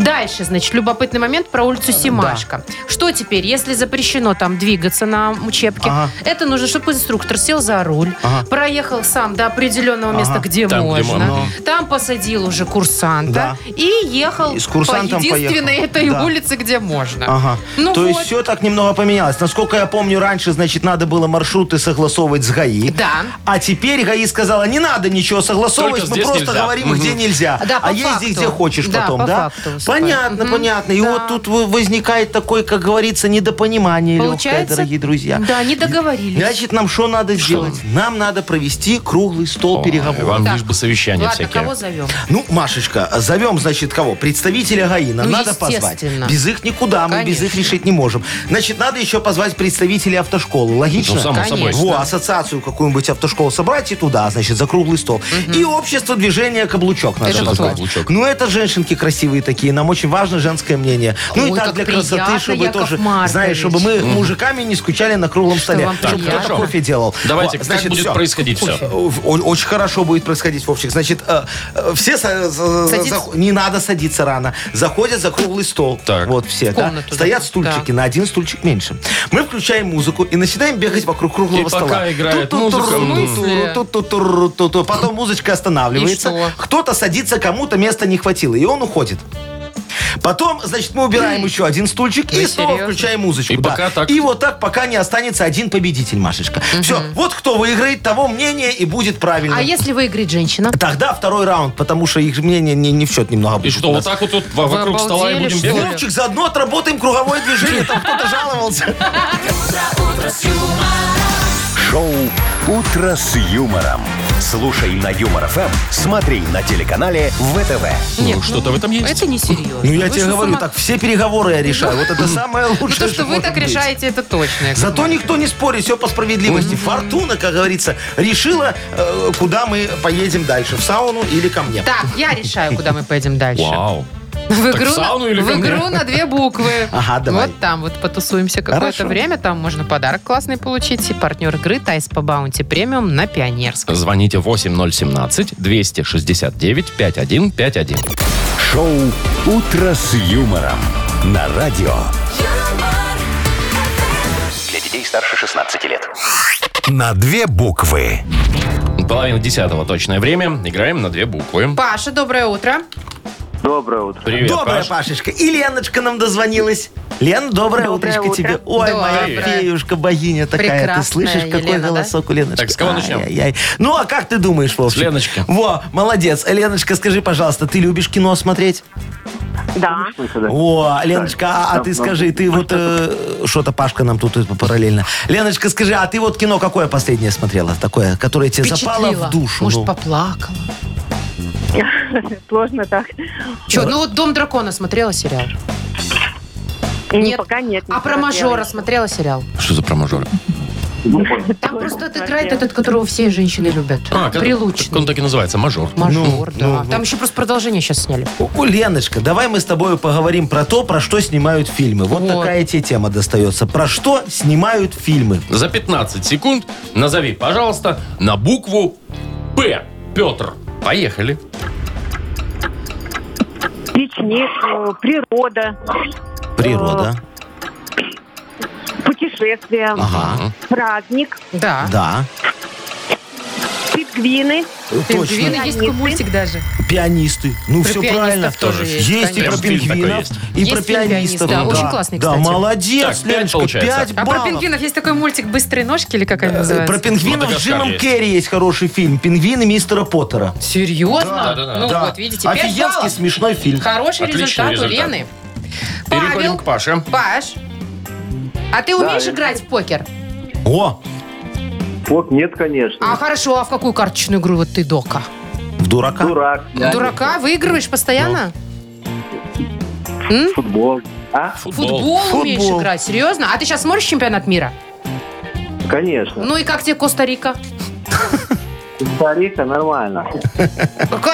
Speaker 3: Дальше, значит, любопытный момент про улицу Симашко. Что теперь, если запрещено там двигаться на учебке?
Speaker 4: Ага.
Speaker 3: Это нужно, чтобы инструктор сел за руль,
Speaker 4: Ага.
Speaker 3: проехал сам до определенного
Speaker 4: Ага.
Speaker 3: места, где
Speaker 2: Там, где
Speaker 3: можно.
Speaker 2: можно.
Speaker 3: Там посадил уже курсанта
Speaker 4: Да.
Speaker 3: и ехал
Speaker 4: И с курсантом
Speaker 3: по единственной
Speaker 4: поехал.
Speaker 3: этой
Speaker 4: Да.
Speaker 3: улице, где можно.
Speaker 4: Ага.
Speaker 3: Ну
Speaker 4: То есть
Speaker 3: вот.
Speaker 4: все так немного поменялось. Насколько я помню, раньше, значит, надо было маршруты согласовывать с ГАИ.
Speaker 3: Да.
Speaker 4: А теперь ГАИ сказала, не надо ничего
Speaker 2: Только
Speaker 4: согласовывать, мы
Speaker 2: здесь
Speaker 4: просто
Speaker 2: нельзя.
Speaker 4: говорим,
Speaker 2: Мгм.
Speaker 4: где нельзя.
Speaker 3: Да, по
Speaker 4: а езди
Speaker 3: факту.
Speaker 4: где хочешь
Speaker 3: Да,
Speaker 4: потом,
Speaker 3: по
Speaker 4: да?
Speaker 3: факту выступает.
Speaker 4: понятно,
Speaker 3: Мгм.
Speaker 4: понятно. И
Speaker 3: Да.
Speaker 4: вот тут вы- возникает такое, как говорится, недопонимание легкое,
Speaker 3: Получается,
Speaker 4: дорогие друзья.
Speaker 3: Да, не договорились.
Speaker 4: Значит, нам что надо сделать? Нам надо провести круглый стол переговоров.
Speaker 2: Вам
Speaker 3: Так.
Speaker 2: лишь бы совещания
Speaker 3: Ладно,
Speaker 2: всякие.
Speaker 3: кого зовем?
Speaker 4: Ну, Машечка, зовем, значит, кого? Представителя ГАИ. Нам
Speaker 3: Ну,
Speaker 4: надо позвать.
Speaker 3: естественно.
Speaker 4: Без их никуда, мы без
Speaker 3: Конечно.
Speaker 4: их решить не можем. Значит, надо еще позвать представителей автошколы. Логично?
Speaker 2: Ну, само собой.
Speaker 3: Конечно.
Speaker 4: Во, ассоциацию какую-нибудь автошколу собрать и туда, значит, за круглый стол. И общество движения каблучок надо
Speaker 3: Это кто?
Speaker 4: позвать.
Speaker 2: Каблучок.
Speaker 4: Ну, это женщинки красивые такие. Нам очень важно женское мнение. ну,
Speaker 3: Ой,
Speaker 4: и так
Speaker 3: как
Speaker 4: для
Speaker 3: приятно,
Speaker 4: красоты, чтобы
Speaker 3: Яков
Speaker 4: тоже,
Speaker 3: Маркович.
Speaker 4: знаешь, чтобы мы мужиками не скучали на круглом столе.
Speaker 3: вам
Speaker 4: Чтобы
Speaker 3: приятно.
Speaker 4: кто-то кофе делал.
Speaker 2: Давайте,
Speaker 4: Во,
Speaker 2: как будет
Speaker 4: всё.
Speaker 2: происходить все?
Speaker 4: В- о- Очень хорошо будет происходить, Вовчик. Значит, э, э, все со- за- за-
Speaker 3: Садиться?
Speaker 4: заход- не надо садиться рано. Заходят за круглый стол.
Speaker 2: Так.
Speaker 4: Вот все,
Speaker 3: В
Speaker 4: да?
Speaker 3: комнату,
Speaker 4: Стоят
Speaker 3: да.
Speaker 4: стульчики, на один стульчик меньше. Мы включаем музыку и начинаем бегать вокруг круглого
Speaker 2: И пока
Speaker 4: стола.
Speaker 2: играет
Speaker 4: Ту-ту-ру,
Speaker 2: музыка,
Speaker 4: ту-ру,
Speaker 3: в смысле?
Speaker 4: ту-ту-ру, ту-ту. Потом музычка останавливается.
Speaker 3: И что?
Speaker 4: Кто-то садится, кому-то места не хватило, и он уходит. Потом, значит, мы убираем еще один стульчик
Speaker 3: Вы
Speaker 4: и снова
Speaker 3: серьезно?
Speaker 4: включаем музычку.
Speaker 2: И
Speaker 4: да.
Speaker 2: пока так.
Speaker 4: И вот так, пока не останется один победитель, Машечка. Все, вот кто выиграет, того мнение и будет правильно.
Speaker 3: А если выиграет женщина?
Speaker 4: Тогда второй раунд, потому что их мнение не, не в счет немного.
Speaker 2: И что, вот так вот тут во- вокруг стола и
Speaker 3: обалдели,
Speaker 2: будем
Speaker 3: что ли?
Speaker 2: бегать?
Speaker 4: Вовчик, заодно отработаем круговое движение. Там
Speaker 3: <laughs>
Speaker 4: кто-то жаловался.
Speaker 1: Шоу «Утро с юмором». Слушай на Юмор ФМ, смотри на телеканале ВТВ.
Speaker 2: Ну, что-то в этом есть.
Speaker 3: Это несерьезно.
Speaker 4: Ну, я
Speaker 3: Вы
Speaker 4: тебе
Speaker 3: что,
Speaker 4: говорю,
Speaker 3: сама-
Speaker 4: так все переговоры я решаю. Вот это самое
Speaker 3: Ну,
Speaker 4: лучшее,
Speaker 3: то, что вы
Speaker 4: может
Speaker 3: так
Speaker 4: быть.
Speaker 3: решаете, это точно. Яков
Speaker 4: Зато
Speaker 3: Маркович.
Speaker 4: никто не спорит, все по справедливости. Фортуна, как говорится, решила, э, куда мы поедем дальше, в сауну или ко мне.
Speaker 3: Так, я решаю, куда мы поедем дальше.
Speaker 2: Вау.
Speaker 3: В
Speaker 2: Так
Speaker 3: игру,
Speaker 2: в сауну
Speaker 3: на,
Speaker 2: или ко
Speaker 3: в
Speaker 2: мне?
Speaker 3: игру на две буквы.
Speaker 4: Ага, давай.
Speaker 3: Вот там вот потусуемся какое-то
Speaker 4: Хорошо.
Speaker 3: время. Там можно подарок классный получить. И партнер игры Тайс по Баунти Премиум на Пионерском.
Speaker 2: Звоните 8017-269-5151.
Speaker 1: Шоу «Утро с юмором» на радио.
Speaker 6: Для детей старше 16 лет.
Speaker 1: На две буквы.
Speaker 2: Половина десятого точное время. Играем на две буквы.
Speaker 3: Паша, доброе утро.
Speaker 10: Доброе утро.
Speaker 2: Привет,
Speaker 4: доброе,
Speaker 2: Паш.
Speaker 4: Пашечка. И Леночка нам дозвонилась. Лен, доброе, утречко
Speaker 10: утро.
Speaker 4: тебе. Ой, моя
Speaker 3: Доброе.
Speaker 4: феюшка, богиня такая.
Speaker 3: Прекрасная
Speaker 4: ты слышишь, какой
Speaker 3: Елена, да?
Speaker 4: голосок у Леночки?
Speaker 2: Так, с кого начнем?
Speaker 4: Ай-яй-яй. Ну, а как ты думаешь, Вовчик?
Speaker 2: Леночки.
Speaker 4: Во, молодец. Леночка, скажи, пожалуйста, ты любишь кино смотреть?
Speaker 5: Да.
Speaker 4: О, Леночка, а, а
Speaker 10: Да,
Speaker 4: ты
Speaker 10: да.
Speaker 4: скажи, ты вот... э, Что-то Пашка нам тут это параллельно. Леночка, скажи, а ты вот кино какое последнее смотрела? Такое, которое тебе запало
Speaker 3: Впечатлила.
Speaker 4: в душу?
Speaker 3: Может,
Speaker 4: ну?
Speaker 3: поплакала.
Speaker 9: <laughs>
Speaker 5: Сложно так.
Speaker 3: Че, ну вот «Дом дракона» смотрела сериал?
Speaker 5: Нет.
Speaker 3: Нет.
Speaker 5: Пока нет. не
Speaker 3: А про мажора
Speaker 5: смотрела.
Speaker 3: смотрела сериал?
Speaker 2: Что за про мажора?
Speaker 3: Там просто играет этот, которого все женщины любят.
Speaker 2: А, как-
Speaker 3: Прилучный.
Speaker 2: как Он так и называется, мажор.
Speaker 3: Мажор,
Speaker 4: Ну,
Speaker 3: да.
Speaker 4: ну, ну.
Speaker 3: Там еще просто продолжение сейчас сняли.
Speaker 4: О, Леночка, давай мы с тобой поговорим про то, про что снимают фильмы. Вот,
Speaker 3: Вот.
Speaker 4: такая тебе тема достается. Про что снимают фильмы?
Speaker 2: За 15 секунд назови, пожалуйста, на букву П. Петр. Поехали.
Speaker 5: Пикник, э, природа,
Speaker 4: Природа.
Speaker 5: путешествия,
Speaker 4: Ага.
Speaker 5: праздник,
Speaker 3: Да.
Speaker 4: Да.
Speaker 5: пингвины.
Speaker 4: Точно.
Speaker 3: Пингвины есть такой мультик даже.
Speaker 4: Пианисты. Ну,
Speaker 3: Про
Speaker 4: все
Speaker 3: пианистов
Speaker 4: правильно.
Speaker 3: тоже есть,
Speaker 4: и
Speaker 3: конечно.
Speaker 4: про
Speaker 2: Прям фильм такой
Speaker 4: пингвинов,
Speaker 2: есть.
Speaker 4: и
Speaker 3: Есть
Speaker 4: про
Speaker 3: фильм «Пианист»,
Speaker 4: пианистов.
Speaker 3: да,
Speaker 4: Да,
Speaker 3: очень классный,
Speaker 4: Да,
Speaker 3: кстати.
Speaker 2: Так,
Speaker 4: молодец,
Speaker 2: пять
Speaker 4: Леночка,
Speaker 2: получается.
Speaker 4: 5
Speaker 3: А
Speaker 4: баллов.
Speaker 3: про пингвинов есть такой мультик «Быстрые ножки» или как они
Speaker 4: Э,
Speaker 3: называются?
Speaker 4: Про пингвинов с
Speaker 2: Мадагаскар
Speaker 4: Джимом
Speaker 2: есть.
Speaker 4: Керри есть хороший фильм. «Пингвины мистера Поттера».
Speaker 3: Серьезно?
Speaker 2: Да, да, да.
Speaker 3: Ну
Speaker 4: Да.
Speaker 3: вот, видите, пять
Speaker 4: Офигенский
Speaker 3: баллов.
Speaker 4: смешной фильм.
Speaker 3: Хороший
Speaker 2: Отличный
Speaker 3: результат, у
Speaker 2: результат.
Speaker 3: Лены.
Speaker 2: Переходим
Speaker 3: Павел,
Speaker 2: к Паше.
Speaker 3: Паш, а ты умеешь играть в покер?
Speaker 4: О,
Speaker 10: Вот нет, конечно.
Speaker 3: А хорошо, а в какую карточную игру вот ты дока?
Speaker 4: в дурака.
Speaker 10: Дурак. я
Speaker 3: Дурака выигрываешь постоянно?
Speaker 10: не Футбол. А?
Speaker 2: Ну,
Speaker 3: Футбол, умеешь
Speaker 4: Футбол.
Speaker 3: играть, серьезно? А ты сейчас смотришь чемпионат мира?
Speaker 10: Конечно.
Speaker 3: Ну и как тебе Коста-Рика?
Speaker 10: Старика а нормально.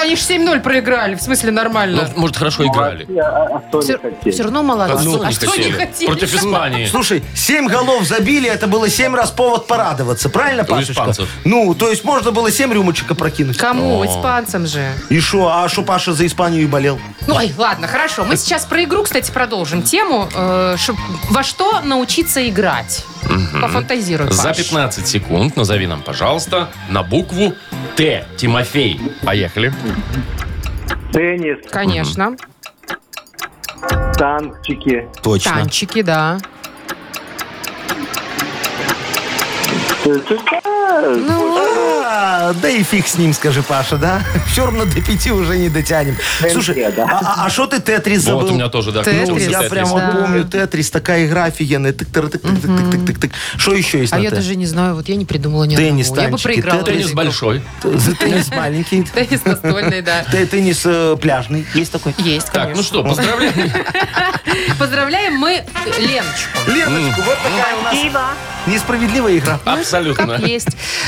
Speaker 3: Они же 7-0 проиграли, в смысле нормально.
Speaker 2: Ну, может, хорошо играли.
Speaker 10: Вообще, а- а что не
Speaker 3: Все,
Speaker 10: хотели?
Speaker 3: равно молодцы.
Speaker 2: А что
Speaker 3: а
Speaker 2: они
Speaker 3: что
Speaker 2: хотели?
Speaker 3: не хотели?
Speaker 2: Против Испании.
Speaker 4: Слушай, семь голов забили, это было семь раз повод порадоваться, правильно, Пашечка?
Speaker 2: испанцев.
Speaker 4: Ну, то есть можно было семь рюмочек
Speaker 3: <laughs>
Speaker 4: опрокинуть.
Speaker 3: Кому? Испанцам же.
Speaker 4: И шо, а шо Паша за Испанию и болел?
Speaker 3: Ну, ой, ладно, хорошо. Мы сейчас про игру, кстати, продолжим тему. э, чтоб- во что научиться играть? Пофантазируй,
Speaker 2: За
Speaker 3: Паш.
Speaker 2: 15 секунд назови нам, пожалуйста, на букву Т. Тимофей. Поехали.
Speaker 10: Теннис,
Speaker 3: Конечно.
Speaker 10: танчики,
Speaker 4: Точно.
Speaker 3: Танчики, да. А
Speaker 4: А, да и фиг с ним, скажи, Паша, да? <laughs> Все равно до пяти уже не дотянем. Слушай,
Speaker 10: да.
Speaker 4: а что ты Тетрис забыл?
Speaker 2: Вот у меня тоже, да,
Speaker 3: Тетрис.
Speaker 2: крутился
Speaker 4: Я
Speaker 2: Тетрис.
Speaker 4: прям вот
Speaker 3: Да.
Speaker 4: помню Тетрис, такая игра офигенная. Тык, тык, тык, тык, тык, тык, тык, тык. Что еще есть
Speaker 3: А
Speaker 4: на
Speaker 3: я
Speaker 4: Т?
Speaker 3: даже не знаю, вот я не придумала ни
Speaker 4: Теннис,
Speaker 3: одного. Я бы
Speaker 4: танчики,
Speaker 3: проиграла.
Speaker 2: Теннис большой.
Speaker 4: Теннис маленький.
Speaker 3: Теннис настольный, да.
Speaker 4: Т- Теннис э, пляжный. Есть такой?
Speaker 3: Есть,
Speaker 2: <laughs> Так,
Speaker 3: конечно.
Speaker 2: ну
Speaker 4: <laughs>
Speaker 2: что, поздравляем.
Speaker 3: Поздравляем мы Леночку.
Speaker 4: Леночку, вот такая у нас
Speaker 5: Спасибо.
Speaker 4: несправедливая игра.
Speaker 2: Абсолютно.
Speaker 3: Как есть.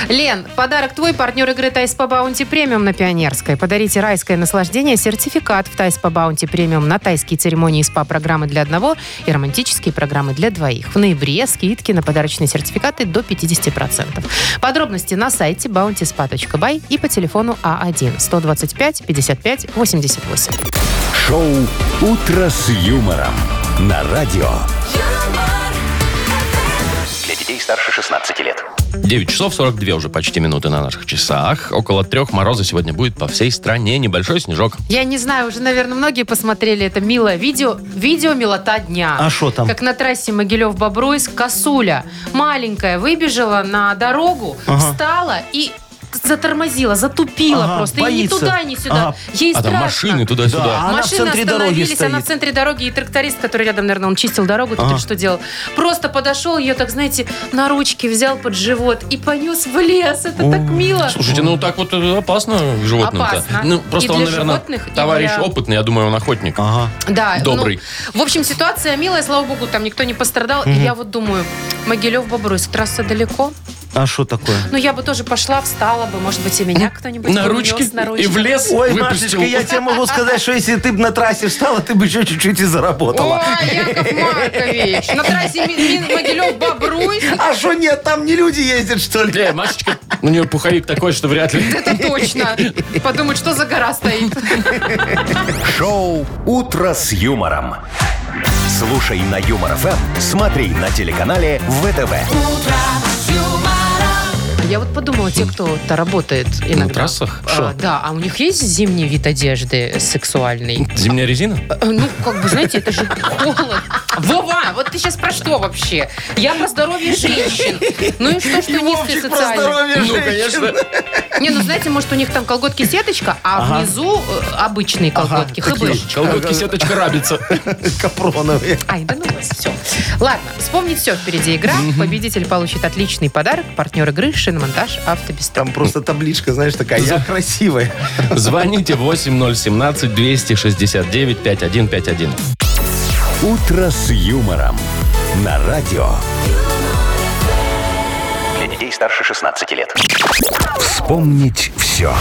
Speaker 3: Лен, подарок твой, партнер игры Тайс по Баунти Премиум на Пионерской. Подарите райское наслаждение, сертификат в Тайс по Баунти Премиум на тайские церемонии и СПА-программы для одного и романтические программы для двоих. В ноябре скидки на подарочные сертификаты до 50%. Подробности на сайте bountyspa.by и по телефону А А1 125 55 88.
Speaker 1: Шоу «Утро с юмором» на радио.
Speaker 6: Для детей старше 16 лет.
Speaker 2: 9 часов 42 уже почти минуты на наших часах. Около трех мороза сегодня будет по всей стране. Небольшой снежок.
Speaker 3: Я не знаю, уже, наверное, многие посмотрели это милое видео. Видео «Милота дня».
Speaker 4: А шо там?
Speaker 3: Как на трассе Могилев-Бобруйск косуля маленькая выбежала на дорогу, встала и затормозила, затупила
Speaker 4: Ага,
Speaker 3: просто. И ни
Speaker 4: боится.
Speaker 3: туда, ни сюда.
Speaker 4: Ага.
Speaker 3: Ей
Speaker 2: А там
Speaker 3: страшно.
Speaker 2: машины туда-сюда.
Speaker 4: Да. Она в
Speaker 3: Машины
Speaker 4: центре дороги
Speaker 3: остановились,
Speaker 4: стоит.
Speaker 3: она в центре дороги, и тракторист, который рядом, наверное, он чистил дорогу, тут или что делал, просто подошел, ее так, знаете, на ручки взял под живот и понес в лес. Это так мило.
Speaker 2: Слушайте, ну так вот э, опасно животным-то.
Speaker 3: Опасно.
Speaker 2: Ну,
Speaker 3: И
Speaker 2: просто он,
Speaker 3: для
Speaker 2: наверное,
Speaker 3: животных, и
Speaker 2: товарищ
Speaker 3: для-
Speaker 2: опытный, я думаю, он охотник.
Speaker 4: Ага.
Speaker 3: Да,
Speaker 2: Добрый.
Speaker 3: ну, в общем, ситуация милая, слава богу, там никто не пострадал. И я вот думаю, Могилев-Бобруйск, трасса далеко.
Speaker 4: А что такое?
Speaker 3: Но Ну, я бы тоже пошла, встала бы, может быть, и меня кто-нибудь
Speaker 2: На
Speaker 3: бы
Speaker 2: ручки
Speaker 3: унес на
Speaker 2: и в лес
Speaker 4: Ой,
Speaker 2: выпустил.
Speaker 4: Машечка, я
Speaker 2: <laughs>
Speaker 4: тебе могу сказать, что если ты бы на трассе встала, ты бы еще чуть-чуть и
Speaker 3: Ой,
Speaker 4: заработала.
Speaker 3: Яков Маркович, ну, на трассе Могилев-Бобруйск,
Speaker 4: А что нет, там не люди ездят, что ли?
Speaker 2: Э, Машечка, у нее пуховик такой, что вряд ли.
Speaker 3: это точно. Подумать, что за гора стоит.
Speaker 1: Шоу «Утро с юмором». Слушай на Юмор ФМ, смотри на телеканале ВТВ.
Speaker 3: Я вот подумала, те, кто-то работает иногда.
Speaker 2: трассах?
Speaker 3: А,
Speaker 2: Шо?
Speaker 3: да, а у них есть зимний вид одежды сексуальный?
Speaker 2: Зимняя
Speaker 4: <laughs>
Speaker 2: резина?
Speaker 3: Э, Ну, как бы, знаете, это же холод. Вова, вот ты сейчас про что вообще? Я про здоровье женщин. Ну и что, что низкая
Speaker 4: Вовчик про
Speaker 3: социальная?
Speaker 4: здоровье
Speaker 2: Ну,
Speaker 4: женщин.
Speaker 2: конечно.
Speaker 3: Не, ну знаете, может, у них там колготки сеточка, а внизу э, обычные колготки, хбшечка.
Speaker 2: Колготки сеточка рабится.
Speaker 4: Капроновые.
Speaker 3: Ай, да ну вас, все. Ладно, вспомнить все, впереди игра. Победитель получит отличный подарок. Партнер игры «Шиномонтаж Автобестро».
Speaker 4: Там просто табличка, знаешь, такая, я красивая.
Speaker 2: Звоните 8017-269-5151.
Speaker 1: «Утро с юмором» на радио.
Speaker 6: Для детей старше 16 лет.
Speaker 1: Вспомнить все.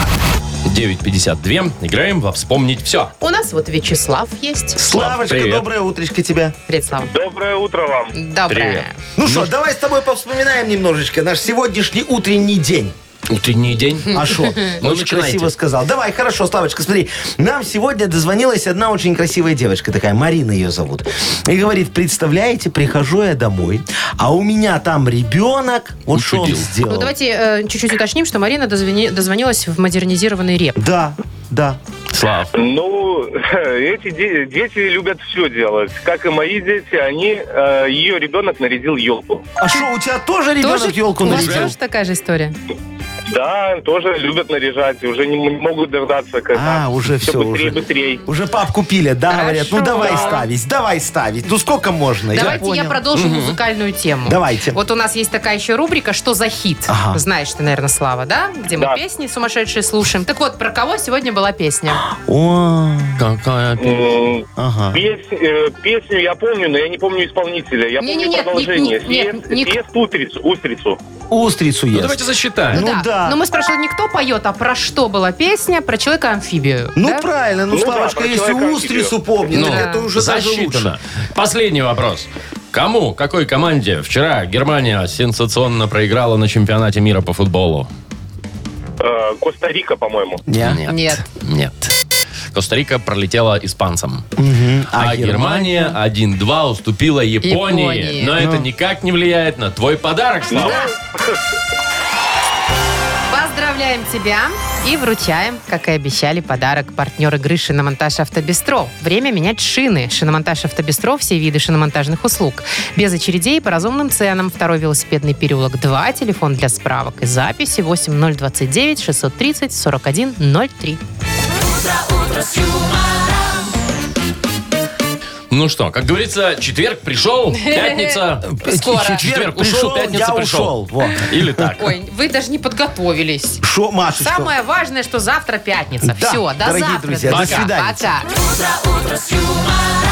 Speaker 2: 9.52. Играем во «Вспомнить все».
Speaker 3: У нас вот Вячеслав есть.
Speaker 4: Славочка,
Speaker 2: привет.
Speaker 4: доброе утречко тебе.
Speaker 3: Привет, Слава.
Speaker 7: Доброе утро вам.
Speaker 2: Привет.
Speaker 3: Доброе.
Speaker 4: Ну что, давай с тобой повспоминаем немножечко наш сегодняшний утренний день.
Speaker 2: Утренний день.
Speaker 4: А <laughs> что?
Speaker 2: Ну,
Speaker 4: Очень
Speaker 2: начинайте.
Speaker 4: красиво сказал. Давай, хорошо, Славочка, смотри. Нам сегодня дозвонилась одна очень красивая девочка такая, Марина ее зовут. И говорит, представляете, прихожу я домой, а у меня там ребенок. Вот что он
Speaker 2: Учудил.
Speaker 4: сделал.
Speaker 3: Ну, давайте э, чуть-чуть уточним, что Марина дозвони- дозвонилась в модернизированный реп.
Speaker 4: Да, да.
Speaker 2: Слав.
Speaker 7: Ну, <laughs> эти де- дети любят все делать. Как и мои дети, они, э, ее ребенок нарядил елку.
Speaker 4: А что, у тебя тоже
Speaker 3: Тоже-
Speaker 4: ребенок елку
Speaker 3: У вас
Speaker 4: нарядил?
Speaker 3: тоже такая же история?
Speaker 7: Да, тоже любят наряжать, и уже не м- могут дождаться, когда
Speaker 4: А, уже
Speaker 7: всё
Speaker 4: всё,
Speaker 7: быстрее,
Speaker 4: уже.
Speaker 7: быстрее.
Speaker 4: Уже папку пили, да,
Speaker 3: Хорошо.
Speaker 4: говорят. Ну давай
Speaker 3: Да.
Speaker 4: ставить, давай ставить. Ну сколько можно?
Speaker 3: Давайте я,
Speaker 4: понял.
Speaker 3: продолжу музыкальную тему.
Speaker 4: Давайте.
Speaker 3: Вот у нас есть такая еще рубрика «Что за хит?».
Speaker 4: Ага.
Speaker 3: Знаешь ты, наверное, Слава, да? Где мы
Speaker 7: Да.
Speaker 3: песни сумасшедшие слушаем. Так вот, про кого сегодня была песня?
Speaker 4: А, О,
Speaker 2: Какая
Speaker 7: М,
Speaker 4: ага.
Speaker 7: пес- э, песню я помню, но я не помню исполнителя. Я помню
Speaker 3: Не-не-не,
Speaker 7: продолжение.
Speaker 3: не- не- не-
Speaker 7: Съест-
Speaker 3: не-
Speaker 7: съест утриц- устрицу.
Speaker 4: устрицу ест.
Speaker 2: Ну, давайте засчитаем.
Speaker 4: Ну да.
Speaker 3: Но мы спрашивали не кто поет, а про что была песня, про человека-амфибию.
Speaker 4: Ну,
Speaker 3: да?
Speaker 4: правильно, ну,
Speaker 7: Ну да,
Speaker 4: Славочка,
Speaker 7: про
Speaker 4: если
Speaker 7: человека
Speaker 4: устрицу
Speaker 7: амфибию.
Speaker 4: помнит,
Speaker 2: Ну,
Speaker 4: так это уже даже лучше.
Speaker 2: засчитано. Последний вопрос. Кому, какой команде вчера Германия сенсационно проиграла на чемпионате мира по футболу?
Speaker 7: Э, Коста-Рика, по-моему.
Speaker 4: Не?
Speaker 3: Нет.
Speaker 2: Нет. Коста-Рика пролетела испанцам.
Speaker 4: А
Speaker 2: А, Германия 1-2 уступила Японии.
Speaker 3: Японии.
Speaker 2: Но это никак не влияет на твой подарок, Слава.
Speaker 3: Поздравляем тебя и вручаем, как и обещали, подарок партнер игры «Шиномонтаж Автобестро». Время менять шины. «Шиномонтаж Автобестро» – все виды шиномонтажных услуг. Без очередей и по разумным ценам. Второй велосипедный переулок 2, телефон для справок и записи 8029 630 4103.
Speaker 2: Ну что, как говорится, четверг
Speaker 3: <laughs>
Speaker 2: пришел, пятница.
Speaker 3: Скоро.
Speaker 2: Четверг ушел, пятница
Speaker 4: я
Speaker 2: пришел.
Speaker 4: ушел. Вот.
Speaker 2: Или так.
Speaker 3: Ой, вы даже не подготовились.
Speaker 4: Шо, Машечка?
Speaker 3: Самое важное, что завтра пятница.
Speaker 4: Да,
Speaker 3: Все, до
Speaker 4: дорогие
Speaker 3: завтра.
Speaker 4: друзья, до
Speaker 3: Пока.
Speaker 4: свидания.
Speaker 3: Пока.
Speaker 11: Утро, утро с юмором.